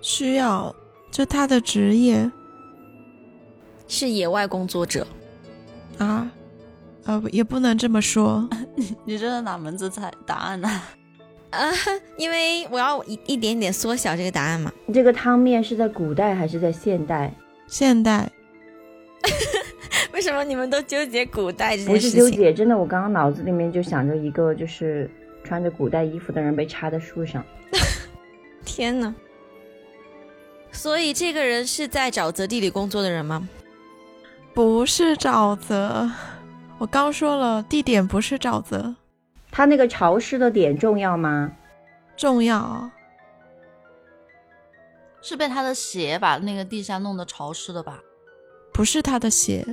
Speaker 2: 需要，就他的职业
Speaker 1: 是野外工作者，
Speaker 2: 啊，呃，也不能这么说。
Speaker 3: 你这是哪门子猜答案呢、
Speaker 1: 啊，因为我要一一点点缩小这个答案嘛。
Speaker 4: 这个汤面是在古代还是在现代？
Speaker 2: 现代
Speaker 1: 为什么你们都纠结古代这
Speaker 4: 不
Speaker 1: 件
Speaker 4: 是
Speaker 1: 事
Speaker 4: 纠
Speaker 1: 情？
Speaker 4: 结，真的，我刚刚脑子里面就想着一个，就是穿着古代衣服的人被插在树上。
Speaker 1: 天哪！所以这个人是在沼泽地里工作的人吗？
Speaker 2: 不是沼泽，我刚说了，地点不是沼泽，
Speaker 4: 它那个潮湿的点重要吗？
Speaker 2: 重要。
Speaker 3: 是被他的鞋把那个地下弄得潮湿的吧？
Speaker 2: 不是他的鞋，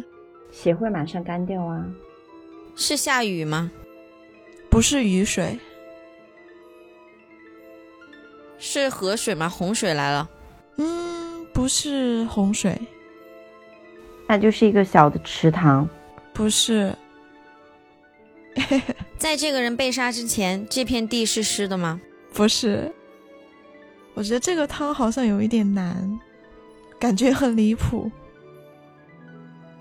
Speaker 4: 血会马上干掉啊。
Speaker 1: 是下雨吗？
Speaker 2: 不是雨水，
Speaker 1: 是河水吗？洪水来了，
Speaker 2: 嗯，不是洪水，
Speaker 4: 那就是一个小的池塘，
Speaker 2: 不是，
Speaker 1: 在这个人被杀之前，这片地是湿的吗？
Speaker 2: 不是。我觉得这个汤好像有一点难，感觉很离谱。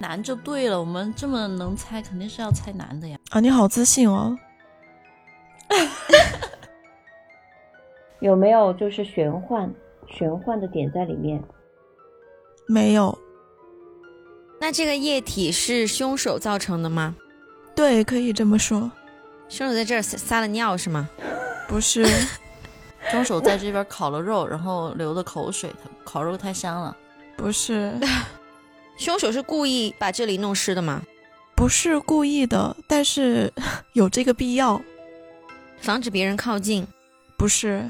Speaker 3: 难就对了，我们这么能猜，肯定是要猜难的呀。
Speaker 2: 啊，你好自信哦！
Speaker 4: 有没有就是玄幻玄幻的点在里面？
Speaker 2: 没有，
Speaker 1: 那这个液体是凶手造成的吗？
Speaker 2: 对，可以这么说，
Speaker 1: 凶手在这儿撒撒了尿是吗？
Speaker 2: 不是，
Speaker 3: 凶手在这边烤了肉，然后流的口水，他烤肉太香了。
Speaker 2: 不是，
Speaker 1: 凶手是故意把这里弄湿的吗？
Speaker 2: 不是故意的，但是有这个必要。
Speaker 1: 防止别人靠近，
Speaker 2: 不是，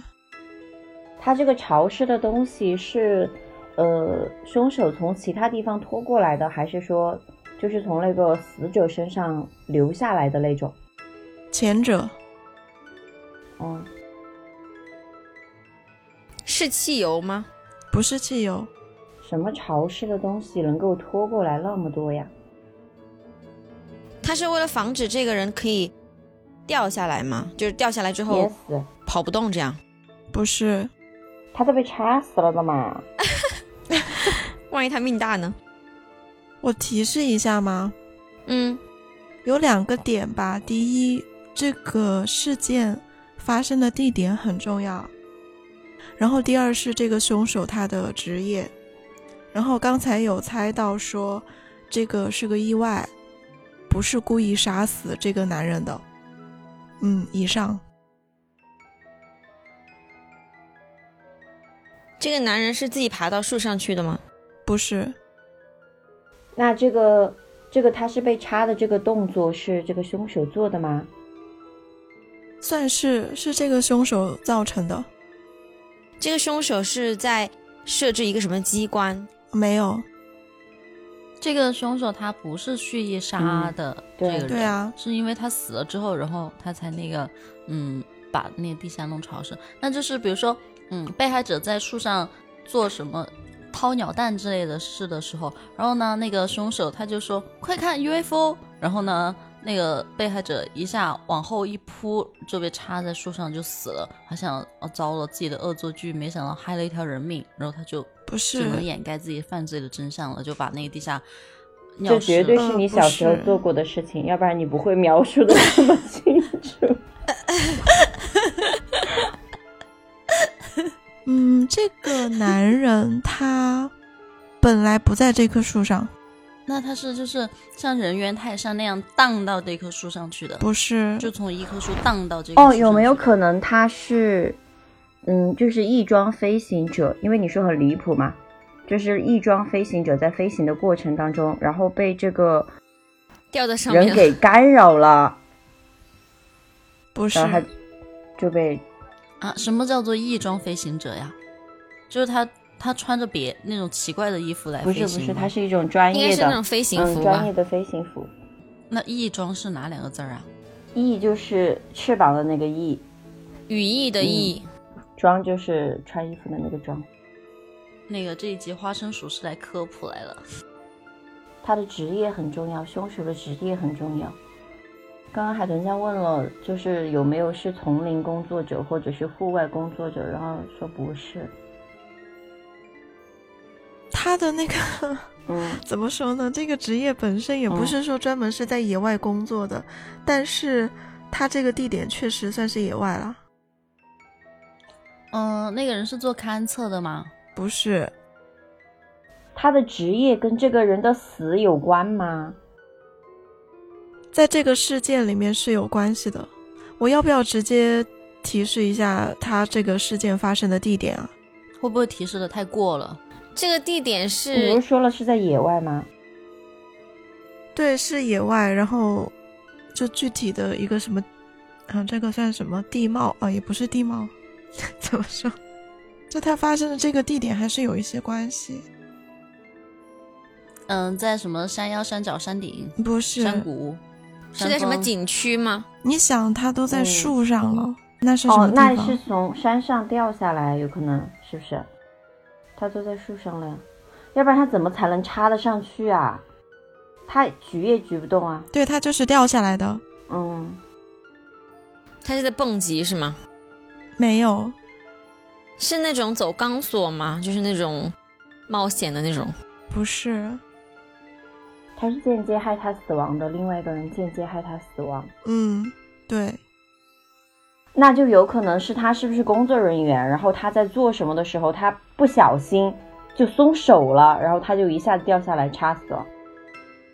Speaker 4: 它这个潮湿的东西是，呃，凶手从其他地方拖过来的，还是说就是从那个死者身上流下来的那种？
Speaker 2: 前者
Speaker 4: 哦，
Speaker 1: 是汽油吗？
Speaker 2: 不是汽油，
Speaker 4: 什么潮湿的东西能够拖过来那么多呀？
Speaker 1: 他是为了防止这个人可以掉下来吗？就是掉下来之
Speaker 2: 哦
Speaker 4: 憋
Speaker 1: 后
Speaker 4: 死，
Speaker 1: 跑不动这样。
Speaker 2: 不是，
Speaker 4: 他都被插死了的嘛。
Speaker 1: 万一他命大呢？
Speaker 2: 我提示一下吗？
Speaker 1: 嗯，
Speaker 2: 有两个点吧。第一，这个事件发生的地点很重要。然后第二是这个凶手他的职业。然后刚才有猜到说，这个是个意外，不是故意杀死这个男人的。嗯，以上
Speaker 1: 这个男人是自己爬到树上去的吗？
Speaker 2: 不是
Speaker 4: 那这个这个他是被插的这个动作是这个凶手做的吗？
Speaker 2: 算是是这个凶手造成的，
Speaker 1: 这个凶手是在设置一个什么机关？
Speaker 2: 没有。
Speaker 3: 这个凶手他不是蓄意杀的这
Speaker 4: 对
Speaker 3: 个人，
Speaker 2: 对啊
Speaker 3: 是因为他死了之后，然后他才那个，嗯，把那个地下弄潮湿。那就是比如说，嗯，被害者在树上做什么掏鸟蛋之类的事的时候，然后呢，那个凶手他就说快看 UFO，然后呢，那个被害者一下往后一扑就被插在树上就死了。他想哦糟了，自己的恶作剧没想到害了一条人命，然后他就
Speaker 2: 不是
Speaker 3: 只能掩盖自己犯罪的真相了，就把那个地下
Speaker 4: 这
Speaker 3: 尿湿
Speaker 4: 绝对
Speaker 3: 了。
Speaker 4: 是你小时候
Speaker 2: 嗯不是
Speaker 4: 做过的事情，要不然你不会描述的这么清楚。
Speaker 2: 嗯，这个男人他本来不在这棵树上，
Speaker 3: 那他是就是像人猿泰山那样荡到这棵树上去的，
Speaker 2: 不是
Speaker 3: 就从一棵树荡到这棵树上
Speaker 4: 哦，
Speaker 3: 去
Speaker 4: 有没有可能他是，嗯，就是翼装飞行者？因为你说很离谱嘛，就是翼装飞行者在飞行的过程当中，然后被这个
Speaker 1: 掉在上面
Speaker 4: 人
Speaker 1: 了
Speaker 4: 给干 扰了，
Speaker 2: 不是
Speaker 4: 然后他就被
Speaker 3: 啊？什么叫做翼装飞行者呀？就是他他穿着别那种奇怪的衣服来
Speaker 4: 不
Speaker 3: 飞
Speaker 4: 是
Speaker 3: 行
Speaker 4: 不是，
Speaker 3: 吗
Speaker 4: 他是一种专
Speaker 1: 应该
Speaker 4: 业
Speaker 1: 是那
Speaker 4: 的
Speaker 1: 种，飞行
Speaker 4: 嗯，
Speaker 1: 服
Speaker 4: 专
Speaker 1: 吧
Speaker 4: 业？的飞行服。
Speaker 3: 那翼装是哪两个字儿啊？
Speaker 4: 翼就是翅膀的那个翼，
Speaker 1: 羽翼的翼，
Speaker 4: 嗯装就是穿衣服的那个装。
Speaker 3: 那个这一集花生鼠是来科普来了，
Speaker 4: 他的职业很重要，凶手的职业很重要。刚刚海豚酱问了，就是有没有是丛林工作者或者是户外工作者，然后说不是。
Speaker 2: 他的那个
Speaker 4: 嗯，
Speaker 2: 怎么说呢？这个职业本身也不是说专门是在野外工作的，但是他这个地点确实算是野外了。
Speaker 3: 嗯、那个人是做勘测的吗？
Speaker 2: 不是，
Speaker 4: 他的职业跟这个人的死有关吗？
Speaker 2: 在这个事件里面是有关系的。我要不要直接提示一下他这个事件发生的地点啊？
Speaker 3: 会不会提示的太过了？
Speaker 1: 这个地点
Speaker 4: 你不是
Speaker 1: 是
Speaker 4: 说了是在野外吗？
Speaker 2: 对，是野外，然后就具体的一个什么，啊，这个算什么地貌啊？也不是地貌， 怎么说？就它发生的这个地点还是有一些关系，
Speaker 3: 嗯，在什么山腰、山脚、山顶、
Speaker 2: 不是？
Speaker 3: 山谷，
Speaker 1: 是在什么
Speaker 3: 山峰
Speaker 1: 景区吗？
Speaker 2: 你想，它都在
Speaker 4: 嗯
Speaker 2: 树上了，那是什
Speaker 4: 哦
Speaker 2: 么，地
Speaker 4: 那
Speaker 2: 方？
Speaker 4: 是从山上掉下来，有可能是不是？它都在树上了呀，要不然它怎么才能插得上去啊？它举也举不动啊。
Speaker 2: 对，它就是掉下来的，
Speaker 4: 嗯，
Speaker 1: 它是在蹦极是吗？
Speaker 2: 没有，
Speaker 1: 是那种走钢索吗？就是那种冒险的那种。
Speaker 2: 不是，
Speaker 4: 他是间接害他死亡的，另外一个人间接害他死亡，
Speaker 2: 嗯，对，
Speaker 4: 那就有可能是他是不是工作人员？然后他在做什么的时候，他不小心就松手了，然后他就一下子掉下来插死了。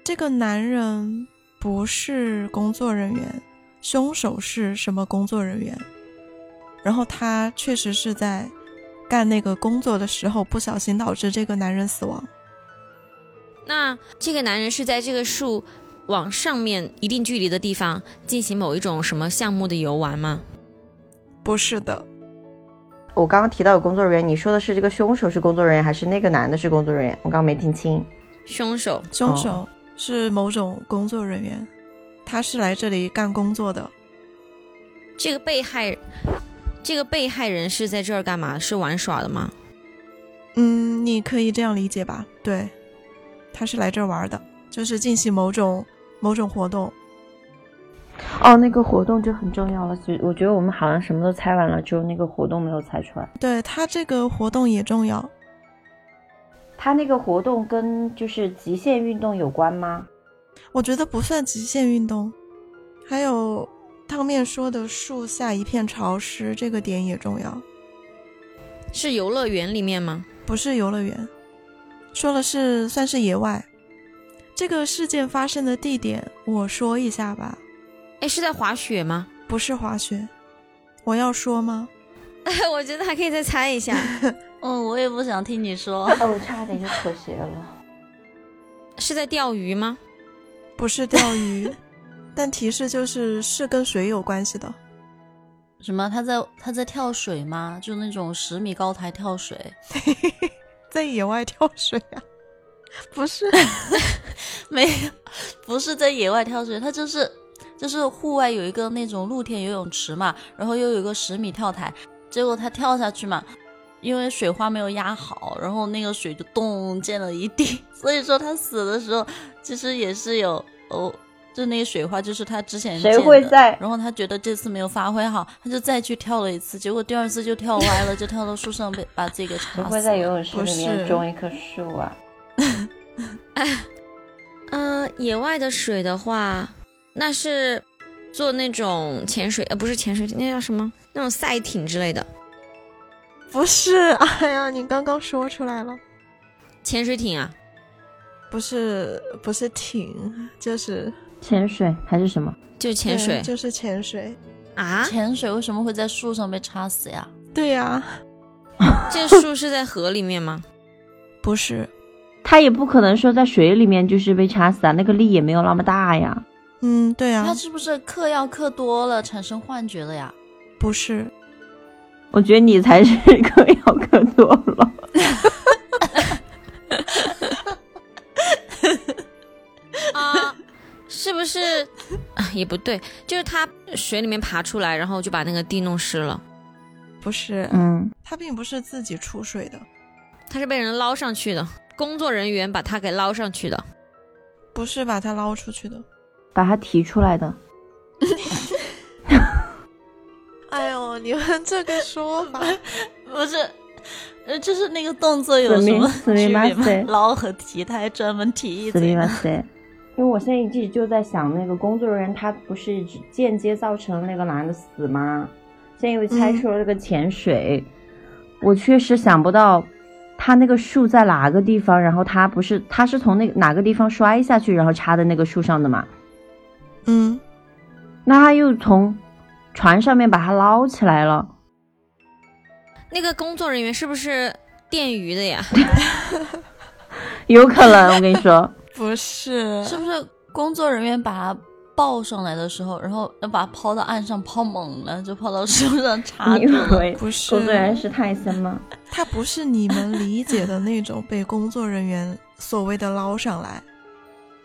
Speaker 2: 这个男人不是工作人员，凶手是什么工作人员？然后他确实是在干那个工作的时候不小心导致这个男人死亡。
Speaker 1: 那这个男人是在这个树往上面一定距离的地方进行某一种什么项目的游玩吗？
Speaker 2: 不是的，
Speaker 4: 我刚刚提到有工作人员，你说的是这个凶手是工作人员，还是那个男的是工作人员？我刚刚没听清。
Speaker 1: 凶手
Speaker 2: 凶
Speaker 4: 哦
Speaker 2: 手是某种工作人员，他是来这里干工作的。
Speaker 1: 这个被害，这个被害人是在这儿干嘛？是玩耍的吗？
Speaker 2: 嗯，你可以这样理解吧？对，他是来这儿玩的，就是进行某种某种活动。
Speaker 4: 哦，那个活动就很重要了。就我觉得我们好像什么都猜完了，只有那个活动没有猜出来。
Speaker 2: 对他这个活动也重要，
Speaker 4: 他那个活动跟就是极限运动有关吗？
Speaker 2: 我觉得不算极限运动。还有汤面说的树下一片潮湿，这个点也重要，
Speaker 1: 是游乐园里面吗？
Speaker 2: 不是游乐园，说的是算是野外。这个事件发生的地点，我说一下吧，
Speaker 1: 哎，是在滑雪吗？
Speaker 2: 不是滑雪。我要说吗？
Speaker 1: 我觉得还可以再猜一下。
Speaker 3: 嗯，我也不想听你说。
Speaker 4: 哦，差点就妥协了。
Speaker 1: 是在钓鱼吗？
Speaker 2: 不是钓鱼， 但提示就是是跟水有关系的。
Speaker 3: 什么？他在他在跳水吗？就那种十米高台跳水？
Speaker 2: 在野外跳水啊？ 不 是，
Speaker 3: 没有，不是在野外跳水，他就是就是户外有一个那种露天游泳池嘛，然后又有一个十米跳台，结果他跳下去嘛，因为水花没有压好，然后那个水就咚溅了一地， 所以说他死的时候其实也是有哦。就那个水花，就是他之前
Speaker 4: 谁
Speaker 3: 溅
Speaker 4: 会
Speaker 3: 的
Speaker 4: 在
Speaker 3: 然后他觉得这次没有发挥好，他就再去跳了一次，结果第二次就跳歪了，就跳到树上被把自己给
Speaker 4: 谁
Speaker 3: 插死
Speaker 4: 会
Speaker 3: 了。
Speaker 4: 在游泳池里
Speaker 2: 不
Speaker 4: 面
Speaker 2: 是
Speaker 4: 种一棵树啊？
Speaker 1: 嗯、野外的水的话，那是做那种潜水，呃，不是潜水，那叫什么？那种赛艇之类的，
Speaker 2: 不是。哎呀，你刚刚说出来了。
Speaker 1: 潜水艇啊，
Speaker 2: 不是不是艇，就是
Speaker 4: 潜水还是什么？
Speaker 1: 就是潜水
Speaker 2: 对就是潜水。
Speaker 1: 啊。
Speaker 3: 潜水为什么会在树上被插死呀？
Speaker 2: 对呀、
Speaker 1: 这树是在河里面吗？
Speaker 2: 不是，
Speaker 4: 他也不可能说在水里面就是被插死啊，那个力也没有那么大呀。
Speaker 2: 嗯，对呀、
Speaker 3: 他是不是嗑药嗑多了产生幻觉了呀？
Speaker 2: 不是，
Speaker 4: 我觉得你才是嗑药嗑多了。
Speaker 1: 啊，是不是？啊，也不对，就是他水里面爬出来，然后就把那个地弄湿了。
Speaker 2: 不是，
Speaker 4: 嗯，
Speaker 2: 他并不是自己出水的，
Speaker 1: 他是被人捞上去的，工作人员把他给捞上去的。
Speaker 2: 不是把他捞出去的。
Speaker 4: 把它提出来的。
Speaker 2: 哎呦，你们这个说法，
Speaker 3: 不是，呃，就是那个动作有什么
Speaker 4: 死
Speaker 3: 区
Speaker 4: 命死
Speaker 3: 别
Speaker 4: 命吗对
Speaker 3: 吗？捞和提，他还专门提一嘴呢。
Speaker 4: 塞！因为我现在一直就在想，那个工作人员他不是只间接造成那个男的死吗？现在又猜出了这个潜水，我确实想不到他那个树在哪个地方，然后他不是他是从那个哪个地方摔下去，然后插在那个树上的嘛？
Speaker 2: 嗯，
Speaker 4: 那他又从船上面把他捞起来了。
Speaker 1: 那个工作人员是不是电鱼的呀？
Speaker 4: 有可能，我跟你说，
Speaker 2: 不是，
Speaker 3: 是不是工作人员把他抱上来的时候，然后要呃把它抛到岸上，抛猛了就抛到树上插
Speaker 4: 你
Speaker 3: 住
Speaker 4: 以
Speaker 3: 了。
Speaker 4: 为
Speaker 2: 不是
Speaker 4: 工作人啊员是泰森吗？
Speaker 2: 它不是你们理解的那种被工作人员所谓的捞上来，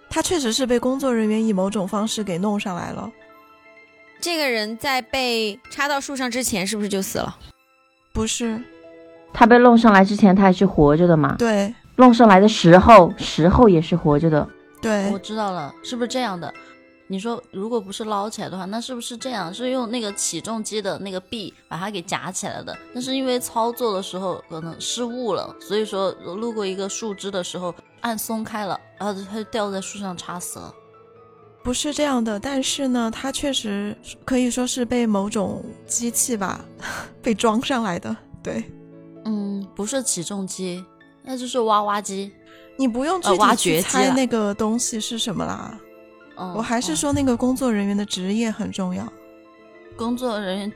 Speaker 2: 它确实是被工作人员以某种方式给弄上来了。
Speaker 1: 这个人在被插到树上之前，是不是就死了？
Speaker 2: 不是，
Speaker 4: 他被弄上来之前，他还是活着的嘛？
Speaker 2: 对
Speaker 4: 弄上来的时候，时候也是活着的。
Speaker 2: 对
Speaker 3: 我，知道了，是不是这样的？你说如果不是捞起来的话，那是不是这样？是用那个起重机的那个臂把它给夹起来的？但是因为操作的时候可能失误了，所以说路过一个树枝的时候按松开了，然后它就掉在树上插死了。
Speaker 2: 不是这样的。但是呢，它确实可以说是被某种机器吧， 被装上来的。对
Speaker 3: 嗯，不是起重机，那就是挖挖机。
Speaker 2: 你不用具
Speaker 3: 呃挖
Speaker 2: 体去
Speaker 3: 掘机
Speaker 2: 猜
Speaker 3: 啦
Speaker 2: 那个东西是什么啦，
Speaker 3: 嗯，
Speaker 2: 我还是
Speaker 3: 嗯
Speaker 2: 说那个工作人员的职业很重要，
Speaker 3: 工作人员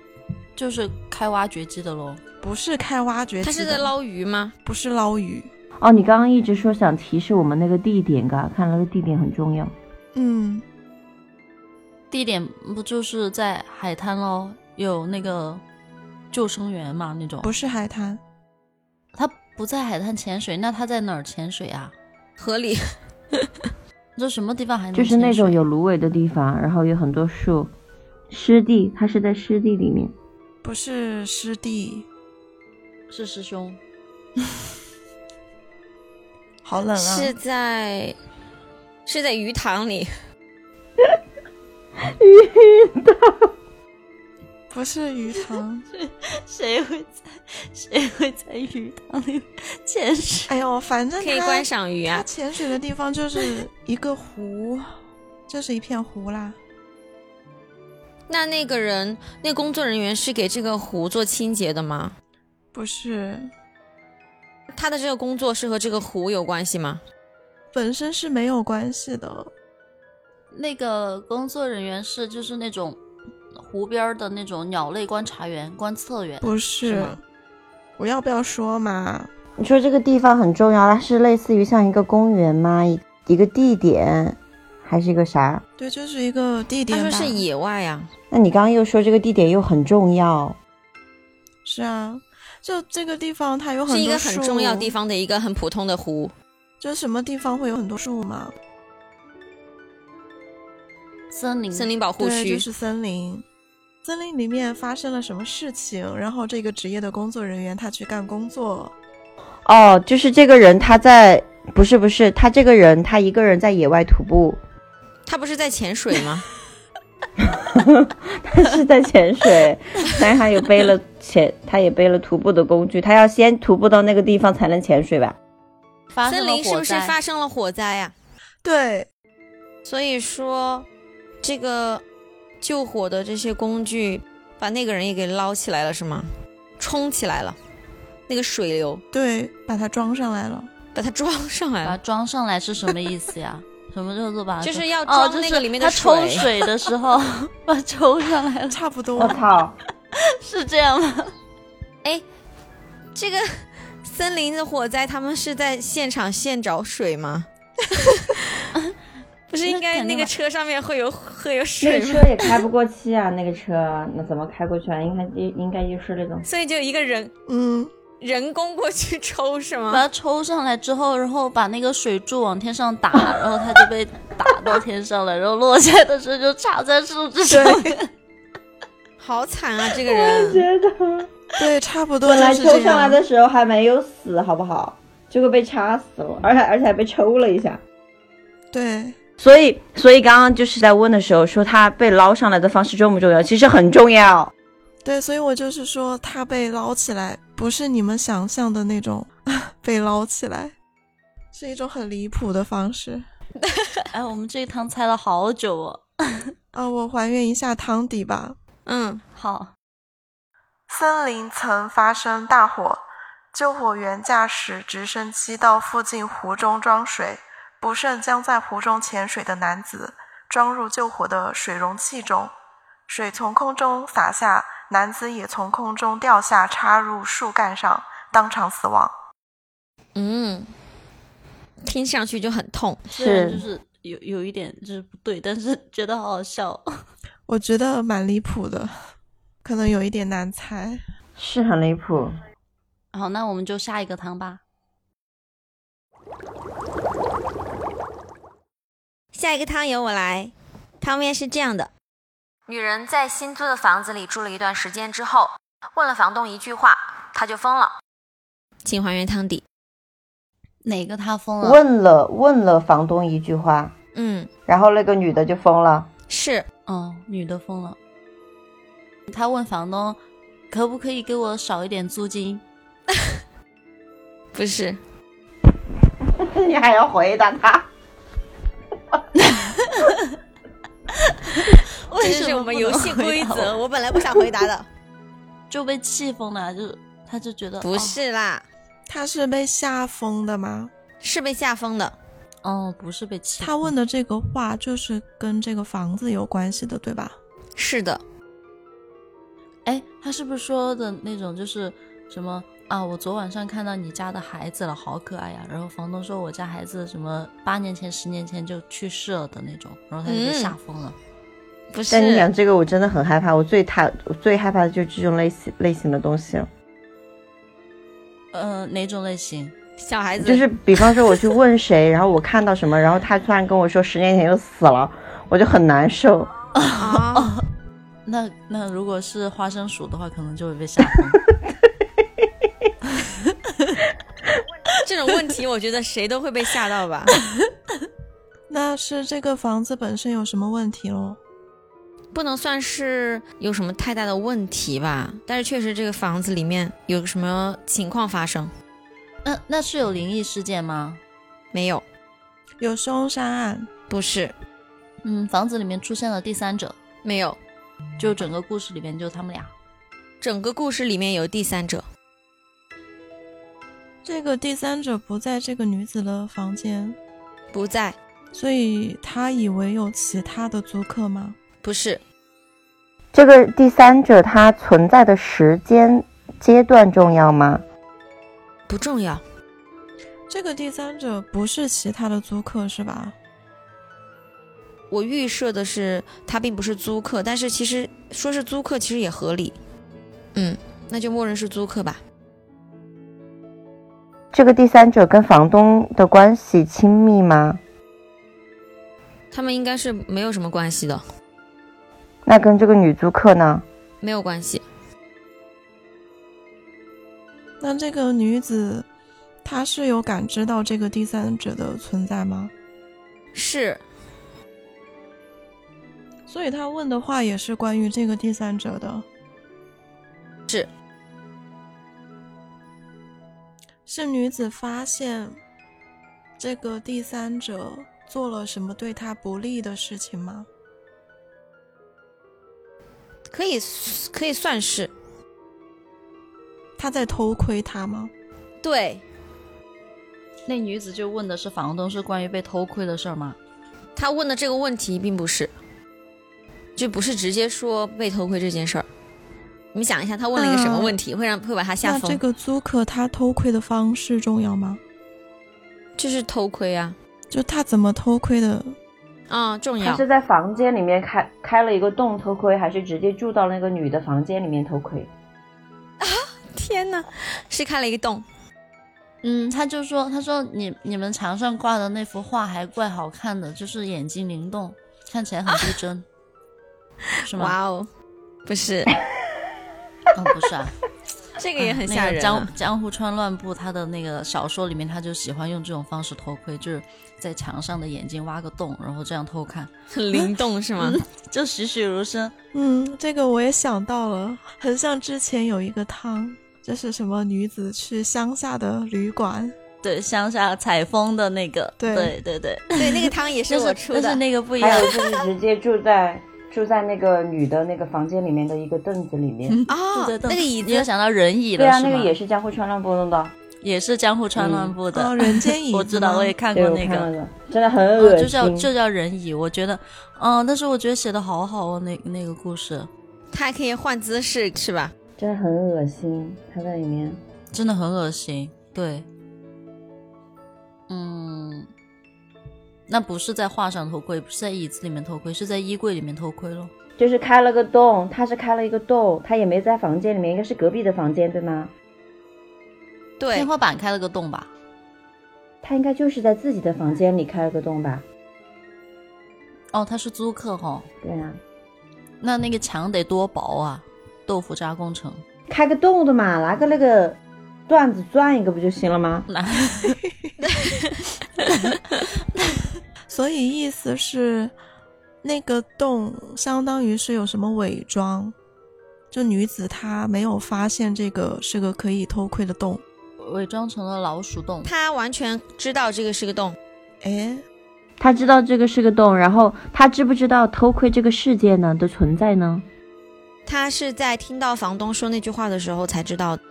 Speaker 3: 就是开挖掘机的喽。
Speaker 2: 不是开挖掘机
Speaker 1: 他是
Speaker 2: 的，
Speaker 1: 在捞鱼吗？
Speaker 2: 不是捞鱼。
Speaker 4: 哦，你刚刚一直说想提示我们那个地点，嘎，看那个地点很重要。
Speaker 2: 嗯，
Speaker 3: 地点不就是在海滩喽？有那个救生员嘛那种？
Speaker 2: 不是海滩，
Speaker 3: 他不在海滩潜水，那他在哪儿潜水啊？
Speaker 1: 河里
Speaker 3: 这什么地方还能
Speaker 4: 就是那
Speaker 3: 潜水
Speaker 4: 种有芦苇嗯的地方，然后有很多树，湿地，它是在湿地里面。
Speaker 2: 不是湿地。
Speaker 3: 是师兄，
Speaker 2: 好冷啊！
Speaker 1: 是在是在鱼塘里，
Speaker 2: 不是鱼塘？
Speaker 3: 谁会在谁会在鱼塘里潜水？
Speaker 2: 哎呦，反正
Speaker 1: 可以
Speaker 2: 它
Speaker 1: 观赏鱼
Speaker 2: 它
Speaker 1: 啊。
Speaker 2: 潜水的地方就是一个湖，这是一片湖啦。
Speaker 1: 那那个人，那工作人员是给这个湖做清洁的吗？
Speaker 2: 不是，
Speaker 1: 他的这个工作是和这个湖有关系吗？
Speaker 2: 本身是没有关系的。
Speaker 3: 那个工作人员是就是那种湖边儿的那种鸟类观察员、观测员，
Speaker 2: 不
Speaker 3: 是
Speaker 2: 是
Speaker 3: 吗，
Speaker 2: 我要不要说嘛？
Speaker 4: 你说这个地方很重要，它是类似于像一个公园吗？一一个地点，还是一个啥？
Speaker 2: 对，就是一个地
Speaker 1: 他说
Speaker 2: 点吧。
Speaker 1: 是野外啊，
Speaker 4: 那你刚刚又说这个地点又很重要，
Speaker 2: 是啊，就这个地方它有很
Speaker 1: 是
Speaker 2: 多
Speaker 1: 一个很
Speaker 2: 树
Speaker 1: 重要地，方的一个很普通的湖。
Speaker 2: 就什么地方会有很多树嘛？
Speaker 3: 森林
Speaker 1: 森林保护
Speaker 2: 对，
Speaker 1: 区，
Speaker 2: 就是森林。森林里面发生了什么事情？然后这个职业的工作人员他去干工作，
Speaker 4: 哦，就是这个人他在，不是不是，他这个人他一个人在野外徒步，
Speaker 1: 他不是在潜水吗？
Speaker 4: 他是在潜水，但是他也背了潜，他也背了徒步的工具，他要先徒步到那个地方才能潜水吧？
Speaker 3: 发生
Speaker 1: 森
Speaker 3: 了
Speaker 1: 林是
Speaker 3: 火
Speaker 1: 不是
Speaker 3: 灾，
Speaker 1: 发生了火灾呀、
Speaker 2: 对，
Speaker 1: 所以说，这个救火的这些工具把那个人也给捞起来了，是吗？冲起来了，那个水流
Speaker 2: 对，把它装上来了。
Speaker 1: 把它 装上来
Speaker 3: 把
Speaker 1: 了。
Speaker 3: 它装上来是什么意思呀？什么叫做把它
Speaker 1: 就是
Speaker 3: 装
Speaker 1: 要
Speaker 3: 哦，
Speaker 1: 装
Speaker 3: 就
Speaker 1: 那
Speaker 3: 是
Speaker 1: 个里面的
Speaker 3: 他抽
Speaker 1: 水
Speaker 3: 水的时候 把它抽上来了，
Speaker 2: 差不多
Speaker 4: 我，操！
Speaker 3: 是这样吗？
Speaker 1: 这个森林的火灾，他们是在现场现找水吗？不是应
Speaker 3: 那
Speaker 1: 该
Speaker 3: 肯
Speaker 1: 那
Speaker 3: 定
Speaker 1: 个
Speaker 3: 吧
Speaker 1: 车上面会有会有
Speaker 4: 那
Speaker 1: 水
Speaker 4: 个
Speaker 1: 吗？
Speaker 4: 车也开不过去啊，那个车那怎么开过去啊？应该应该就是那种
Speaker 1: 所以就一个人
Speaker 2: 嗯，
Speaker 1: 人工过去抽是
Speaker 3: 把
Speaker 1: 吗？
Speaker 3: 它抽上来之后，然后把那个水柱往天上打，然后它就被打到天上了，然后落下的时候就插在树枝上面。
Speaker 1: 好惨啊，这个人
Speaker 4: 觉得
Speaker 2: 对，差不多
Speaker 4: 本来
Speaker 2: 就是
Speaker 4: 抽
Speaker 2: 这
Speaker 4: 上来
Speaker 2: 样。
Speaker 4: 的时候还没有死，好不好？结果被插死了，而且而且还被抽了一下。
Speaker 2: 对，
Speaker 4: 所以，所以刚刚就是在问的时候说他被捞上来的方式重不重要？其实很重要。
Speaker 2: 对，所以我就是说，他被捞起来，不是你们想象的那种 被捞起来，是一种很离谱的方式。
Speaker 3: 哎，我们这一趟猜了好久哦。
Speaker 2: 啊，我还原一下汤底吧。
Speaker 1: 嗯，
Speaker 3: 好，
Speaker 2: 森林曾发生大火，救火员驾驶直升机到附近湖中装水，不慎将在湖中潜水的男子装入救火的水容器中，水从空中洒下，男子也从空中掉下，插入树干上，当场死亡。
Speaker 1: 嗯，听上去就很痛。
Speaker 3: 虽然就是有有一点就是不对，但是觉得好好笑。哦
Speaker 2: 我觉得蛮离谱的，可能有一点难猜。
Speaker 4: 是很离谱。
Speaker 3: 好，那我们就下一个汤吧。
Speaker 1: 下一个汤由我来。汤面是这样的：女人在新租的房子里住了一段时间之后，问了房东一句话，她就疯了。请还原汤底。
Speaker 3: 哪个他疯了？
Speaker 4: 问了问了房东一句话，
Speaker 1: 嗯，
Speaker 4: 然后那个女的就疯了。
Speaker 1: 是
Speaker 3: 哦，女的疯了。他问房东可不可以给我少一点租金？
Speaker 1: 不是？
Speaker 4: 你还要回答他？
Speaker 1: 这
Speaker 3: 为
Speaker 1: 就
Speaker 3: 什
Speaker 1: 是
Speaker 3: 么
Speaker 1: 我们
Speaker 3: 不
Speaker 1: 游
Speaker 3: 能
Speaker 1: 戏
Speaker 3: 回
Speaker 1: 规
Speaker 3: 答
Speaker 1: 则，
Speaker 3: 我
Speaker 1: 我本来不想回答的。
Speaker 3: 就被气疯了，就他就觉得哦
Speaker 1: 不是啦，
Speaker 2: 他是被吓疯的吗？
Speaker 1: 哦是被吓疯的。
Speaker 3: 哦，哦不是被气疯。
Speaker 2: 他问的这个话就是跟这个房子有关系的，对吧？
Speaker 1: 是的，
Speaker 3: 哎，他是不是说的那种就是什么啊？我昨晚上看到你家的孩子了，好可爱呀、然后房东说我家孩子什么八年前、十年前就去世了的那种，然后他就被
Speaker 1: 嗯
Speaker 3: 吓疯了。
Speaker 1: 不是
Speaker 4: 但你讲这个，我真的很害怕。我最怕我最害怕的就是这种类型类型的东西，
Speaker 3: 呃，哪种类型？
Speaker 1: 小孩子，
Speaker 4: 就是比方说我去问谁，然后我看到什么，然后他突然跟我说十年前就死了，我就很难受。哦
Speaker 1: 啊，
Speaker 3: 那那如果是花生鼠的话，可能就会被吓疯。
Speaker 1: 这种问题我觉得谁都会被吓到 吧？
Speaker 2: 那是这个房子本身有什么问题喽？
Speaker 1: 不能算是有什么太大的问题吧，但是确实这个房子里面有什么情况发生
Speaker 3: 那那是有灵异事件吗？
Speaker 1: 没有？
Speaker 2: 有凶杀案，
Speaker 1: 不是，
Speaker 3: 嗯，房子里面出现了第三者，
Speaker 1: 没有。
Speaker 3: 就整个故事里面就他们俩。
Speaker 1: 整个故事里面有第三者，
Speaker 2: 这个第三者不在这个女子的房间，
Speaker 1: 不在，
Speaker 2: 所以他以为有其他的租客吗？
Speaker 1: 不是，
Speaker 4: 这个第三者他存在的时间阶段重要吗？
Speaker 1: 不重要，
Speaker 2: 这个第三者不是其他的租客是吧？
Speaker 1: 我预设的是他并不是租客，但是其实说是租客其实也合理。嗯，那就默认是租客吧。
Speaker 4: 这个第三者跟房东的关系亲密吗？
Speaker 1: 他们应该是没有什么关系的，
Speaker 4: 那跟这个女租客呢？
Speaker 1: 没有关系。
Speaker 2: 那这个女子，她是有感知到这个第三者的存在吗？
Speaker 1: 是
Speaker 2: 所以她问的话也是关于这个第三者的，
Speaker 1: 是
Speaker 2: 是女子发现这个第三者做了什么对她不利的事情吗？
Speaker 1: 可以可以算是
Speaker 2: 她在偷窥她吗？
Speaker 1: 对
Speaker 3: 那女子就问的是房东是关于被偷窥的事儿吗？
Speaker 1: 他问的这个问题，并不是，就不是直接说被偷窥这件事儿。你想一下，他问了一个什么问题，会让会把他吓
Speaker 2: 那
Speaker 1: 疯？
Speaker 2: 这个租客他偷窥的方式重要吗？
Speaker 1: 就是偷窥啊，
Speaker 2: 就他怎么偷窥的？
Speaker 1: 啊、重要。
Speaker 4: 在房间里面开开了一个洞偷窥，还是直接住到那个女的房间里面偷窥？
Speaker 1: 天哪，是开了一个洞。
Speaker 3: 嗯，他就说，他说你你们墙上挂的那幅画还怪好看的，就是眼睛灵动，看起来很逼 真，是吗？
Speaker 1: 啊哇哦，不是，
Speaker 3: 嗯，不是啊， 嗯
Speaker 1: 这个也很
Speaker 3: 那
Speaker 1: 吓
Speaker 3: 个
Speaker 1: 人啊、
Speaker 3: 江江户川乱步他的那个小说里面，他就喜欢用这种方式偷窥，就是在墙上的眼睛挖个洞，然后这样偷看，
Speaker 1: 很灵动是吗？
Speaker 3: 就栩栩如生。
Speaker 2: 嗯，这个我也想到了，很像之前有一个汤，就是什么女子去乡下的旅馆，
Speaker 3: 对，乡下采风的那个，
Speaker 2: 对
Speaker 3: 对对对，
Speaker 1: 嗯对，那个汤也是
Speaker 3: 但
Speaker 1: 我
Speaker 3: 是
Speaker 1: 出
Speaker 3: 但
Speaker 1: 的。
Speaker 3: 是那个不一样
Speaker 4: 还，有就是直接住在住在那个女的那个房间里面的一个凳子里 面。
Speaker 1: 啊、
Speaker 3: 对对对
Speaker 1: 那个椅
Speaker 3: 你又
Speaker 1: 子，
Speaker 3: 想到人椅了，
Speaker 4: 对啊，
Speaker 3: 嗯是
Speaker 4: 那
Speaker 3: 吗
Speaker 4: 个也是江户川乱步弄的，
Speaker 3: 也是江户川乱步的，
Speaker 2: 哦，人间椅子吗，
Speaker 3: 我知道，我也看
Speaker 4: 对，
Speaker 3: 过
Speaker 4: 我
Speaker 3: 那
Speaker 4: 看
Speaker 3: 个
Speaker 4: 到。了，真的很
Speaker 3: 哦，
Speaker 4: 恶
Speaker 3: 就
Speaker 4: 心。
Speaker 3: 叫就叫人椅，我觉得，嗯，但是我觉得写的好好哦，那那个故事
Speaker 1: 它还可以换姿势是吧？
Speaker 4: 真的很恶心，他在里面。
Speaker 3: 真的很恶心，对，嗯，那不是在画上偷窥，不是在椅子里面偷窥，是在衣柜里面偷窥咯。
Speaker 4: 就是开了个洞，他是开了一个洞，他也没在房间里面，应该是隔壁的房间对吗？
Speaker 1: 对
Speaker 3: 天，花板开了个洞吧？
Speaker 4: 他应该就是在自己的房间里开了个洞吧？
Speaker 3: 哦，他是租客哈、
Speaker 4: 对啊，
Speaker 3: 那那个墙得多薄啊！豆腐渣工程，
Speaker 4: 开个洞的嘛，拿个那个段子钻一个不就行了吗？
Speaker 3: 那
Speaker 2: 所以意思是，那个洞相当于是有什么伪装，就女子她没有发现这个是个可以偷窥的洞。
Speaker 3: 伪装成了老鼠洞。
Speaker 1: 他完全知道这个是个洞。
Speaker 2: 哎，
Speaker 4: 他知道这个是个洞，然后他知不知道偷窥这个世界呢的存在呢？
Speaker 1: 他是在听到房东说那句话的时候才知道的。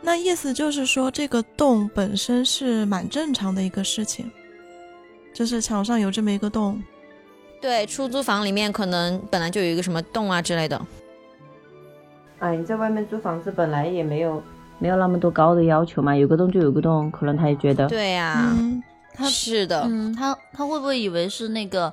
Speaker 2: 那意思就是说，这个洞本身是蛮正常的一个事情，就是墙上有这么一个洞，
Speaker 1: 对，出租房里面可能本来就有一个什么洞啊之类的。
Speaker 4: 哎，你在外面租房子本来也没有没有那么多高的要求嘛，有个洞就有个洞，可能他也觉得
Speaker 1: 对呀、
Speaker 2: 嗯，
Speaker 3: 他
Speaker 1: 是的，
Speaker 3: 嗯，他他会不会以为是那个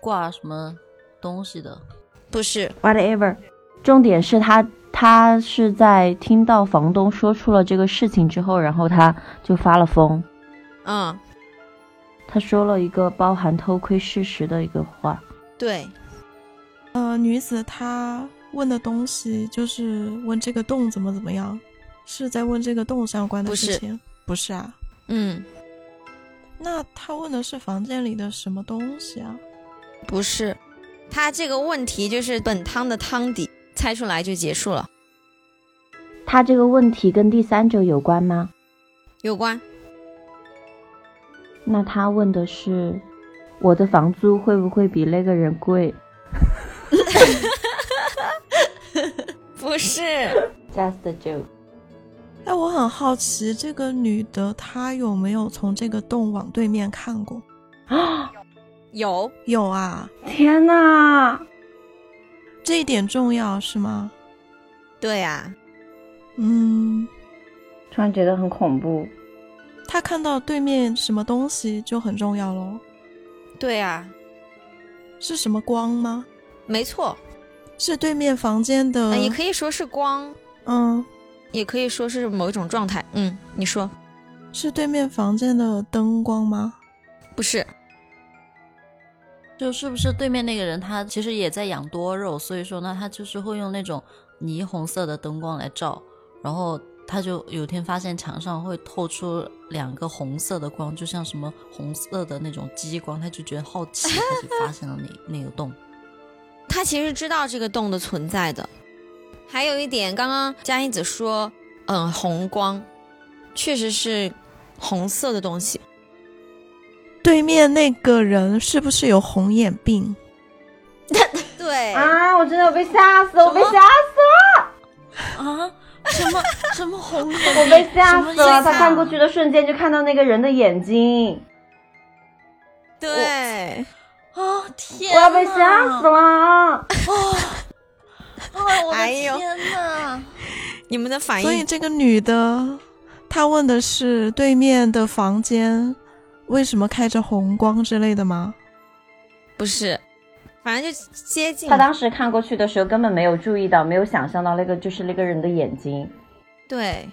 Speaker 3: 挂什么东西的？
Speaker 1: 不是
Speaker 4: whatever。重点是他他是在听到房东说出了这个事情之后，然后他就发了疯，
Speaker 1: 嗯，
Speaker 4: 他说了一个包含偷窥事实的一个话。
Speaker 1: 对，
Speaker 2: 呃，女子她问的东西就是问这个洞怎么怎么样，是在问这个洞相关的
Speaker 1: 不
Speaker 2: 事
Speaker 1: 是
Speaker 2: 情，不是啊？
Speaker 1: 嗯，
Speaker 2: 那她问的是房间里的什么东西啊？
Speaker 1: 不是。他这个问题就是本汤的汤底，猜出来就结束了。
Speaker 4: 他这个问题跟第三者有关吗？
Speaker 1: 有关
Speaker 4: 那他问的是，我的房租会不会比那个人贵？
Speaker 1: 不是
Speaker 4: Just a joke。
Speaker 2: 哎，我很好奇，这个女的她有没有从这个洞往对面看过？
Speaker 1: 有
Speaker 2: 有啊，
Speaker 4: 天哪！
Speaker 2: 这一点重要是吗？
Speaker 1: 对呀、
Speaker 2: 嗯，
Speaker 4: 突然觉得很恐怖。
Speaker 2: 她看到对面什么东西就很重要喽。
Speaker 1: 对呀、
Speaker 2: 是什么光吗？
Speaker 1: 没错。
Speaker 2: 是对面房间的？
Speaker 1: 嗯，也可以说是光，
Speaker 2: 嗯，
Speaker 1: 也可以说是某一种状态。嗯，你说
Speaker 2: 是对面房间的灯光吗？
Speaker 1: 不是？
Speaker 3: 就是不是对面那个人他其实也在养多肉，所以说呢，他就是会用那种霓虹色的灯光来照，然后他就有一天发现墙上会透出两个红色的光，就像什么红色的那种激光，他就觉得好奇，他就发现了那那个洞。
Speaker 1: 他其实知道这个洞的存在的。还有一点，刚刚佳音子说，嗯，红光，确实是红色的东西。
Speaker 2: 对面那个人是不是有红眼病？
Speaker 1: 对，
Speaker 4: 啊！我真的被吓死，我被吓死，
Speaker 3: 啊？什么什么红眼
Speaker 4: 我被吓死
Speaker 3: 什么意
Speaker 4: 了！
Speaker 3: 思
Speaker 4: 他
Speaker 3: 啊
Speaker 4: 看过去的瞬间就看到那个人的眼睛，
Speaker 1: 对，
Speaker 3: 啊！天
Speaker 4: 我要
Speaker 3: 哪，
Speaker 4: 被吓死了！
Speaker 3: 哎我的
Speaker 1: 哎呦
Speaker 3: 天哪！
Speaker 1: 你们的反
Speaker 2: 所以
Speaker 1: 应
Speaker 2: 这个女的，她问的是对面的房间为什么开着红光之类的吗？
Speaker 1: 不是，反正就接近
Speaker 4: 他。当时看过去的时候根本没有注意到，没有想象到那个就是那个人的眼睛。
Speaker 1: 对，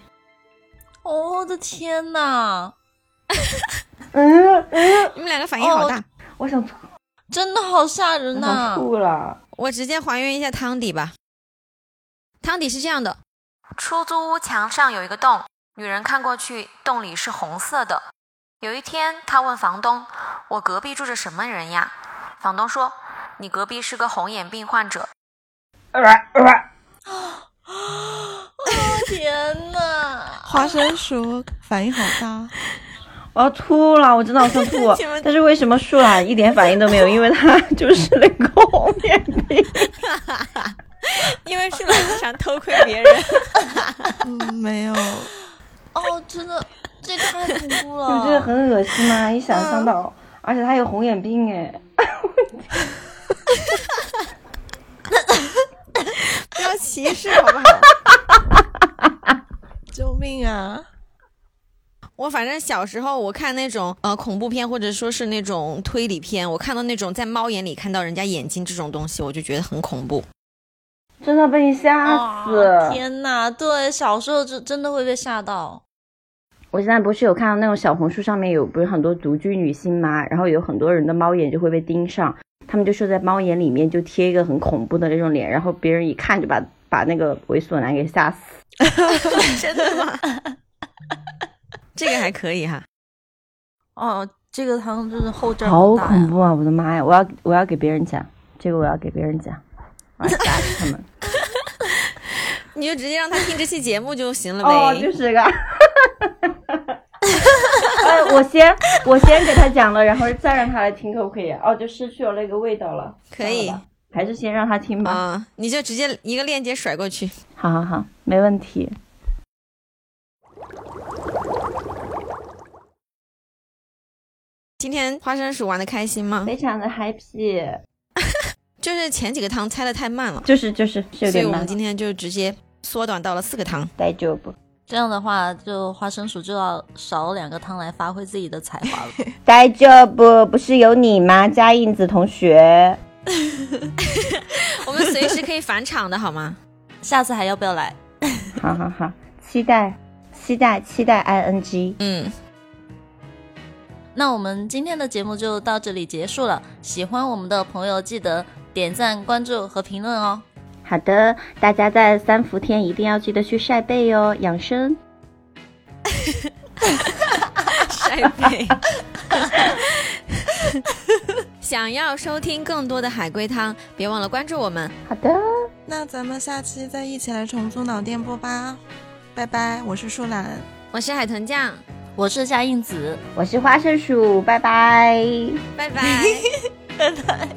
Speaker 3: 哦我的天哪！
Speaker 4: 嗯，
Speaker 1: 你们两个反应好大。
Speaker 4: 我想
Speaker 3: 真的好吓人呐、
Speaker 4: 想吐了。
Speaker 1: 我直接还原一下汤底吧。汤底是这样的：出租屋墙上有一个洞，女人看过去，洞里是红色的。有一天，她问房东：“我隔壁住着什么人呀？”房东说：“你隔壁是个红眼病患者。
Speaker 4: 呃呃，
Speaker 3: 天哪！
Speaker 2: 花生鼠反应好大，
Speaker 4: 我要吐了，我真的好想吐。啊但是为什么啊树懒一点反应都没有？因为他就是那个红眼病。”
Speaker 1: 因为是懒想偷窥别人。
Speaker 2: 嗯，没有，
Speaker 3: 哦，真的，这太恐怖
Speaker 4: 你不觉得
Speaker 3: 了。
Speaker 4: 很恶心吗？一想象到，而且他有红眼病哎，
Speaker 1: 不要歧视好不好？
Speaker 2: 救命啊！
Speaker 1: 我反正小时候我看那种呃恐怖片或者说是那种推理片，我看到那种在猫眼里看到人家眼睛这种东西，我就觉得很恐怖。
Speaker 4: 真的被你 吓死！
Speaker 3: 哇天哪，对，小时候就真的会被吓到。
Speaker 4: 我现在不是有看到那种小红书上面有不是很多独居女性吗？然后有很多人的猫眼就会被盯上，他们就说在猫眼里面就贴一个很恐怖的那种脸，然后别人一看就把把那个猥琐男给吓死。
Speaker 1: 真的吗？这个还可以哈、
Speaker 3: 哦，这个汤就是后劲儿
Speaker 4: 好
Speaker 3: 很大呀
Speaker 4: 恐怖啊！我的妈呀！我要我要给别人讲，这个我要给别人讲，我要吓死他 们。
Speaker 1: 你就直接让他听这期节目就行了呗。
Speaker 4: 哦，就是这个。呃，我先我先给他讲了，然后再让他来听，可不可以？哦，就失去了那个味道了。
Speaker 1: 可以
Speaker 4: 算了吧，还是先让他听吧。
Speaker 1: 啊、你就直接一个链接甩过去。
Speaker 4: 好好好，没问题。
Speaker 1: 今天花生鼠玩的开心吗？
Speaker 4: 非常的 happy，
Speaker 1: 就是前几个汤猜的太慢了，
Speaker 4: 就是就是是
Speaker 1: 所
Speaker 4: 有
Speaker 1: 以
Speaker 4: 点
Speaker 1: 我
Speaker 4: 慢
Speaker 1: 们，今天就直接缩短到了四个汤。
Speaker 4: 待久不
Speaker 3: 这样的话，就花生鼠就要少两个汤来发挥自己的才华了。
Speaker 4: 待久不不是有你吗？加印子同学，
Speaker 1: 我们随时可以返场的好吗？
Speaker 3: 下次还要不要来？
Speaker 4: 好好好，期待期待期待 ing。
Speaker 1: 嗯，
Speaker 3: 那我们今天的节目就到这里结束了。喜欢我们的朋友记得点赞、关注和评论哦。
Speaker 4: 好的，大家在三伏天一定要记得去晒背哦，养生。
Speaker 1: 晒背。想要收听更多的海龟汤，别忘了关注我们。
Speaker 4: 好的，
Speaker 2: 那咱们下期再一起来重组脑电波吧，拜拜！我是舒兰，
Speaker 1: 我是海豚酱，
Speaker 3: 我是夏印子，
Speaker 4: 我是花生鼠，拜拜。
Speaker 1: 拜拜。
Speaker 3: 拜拜。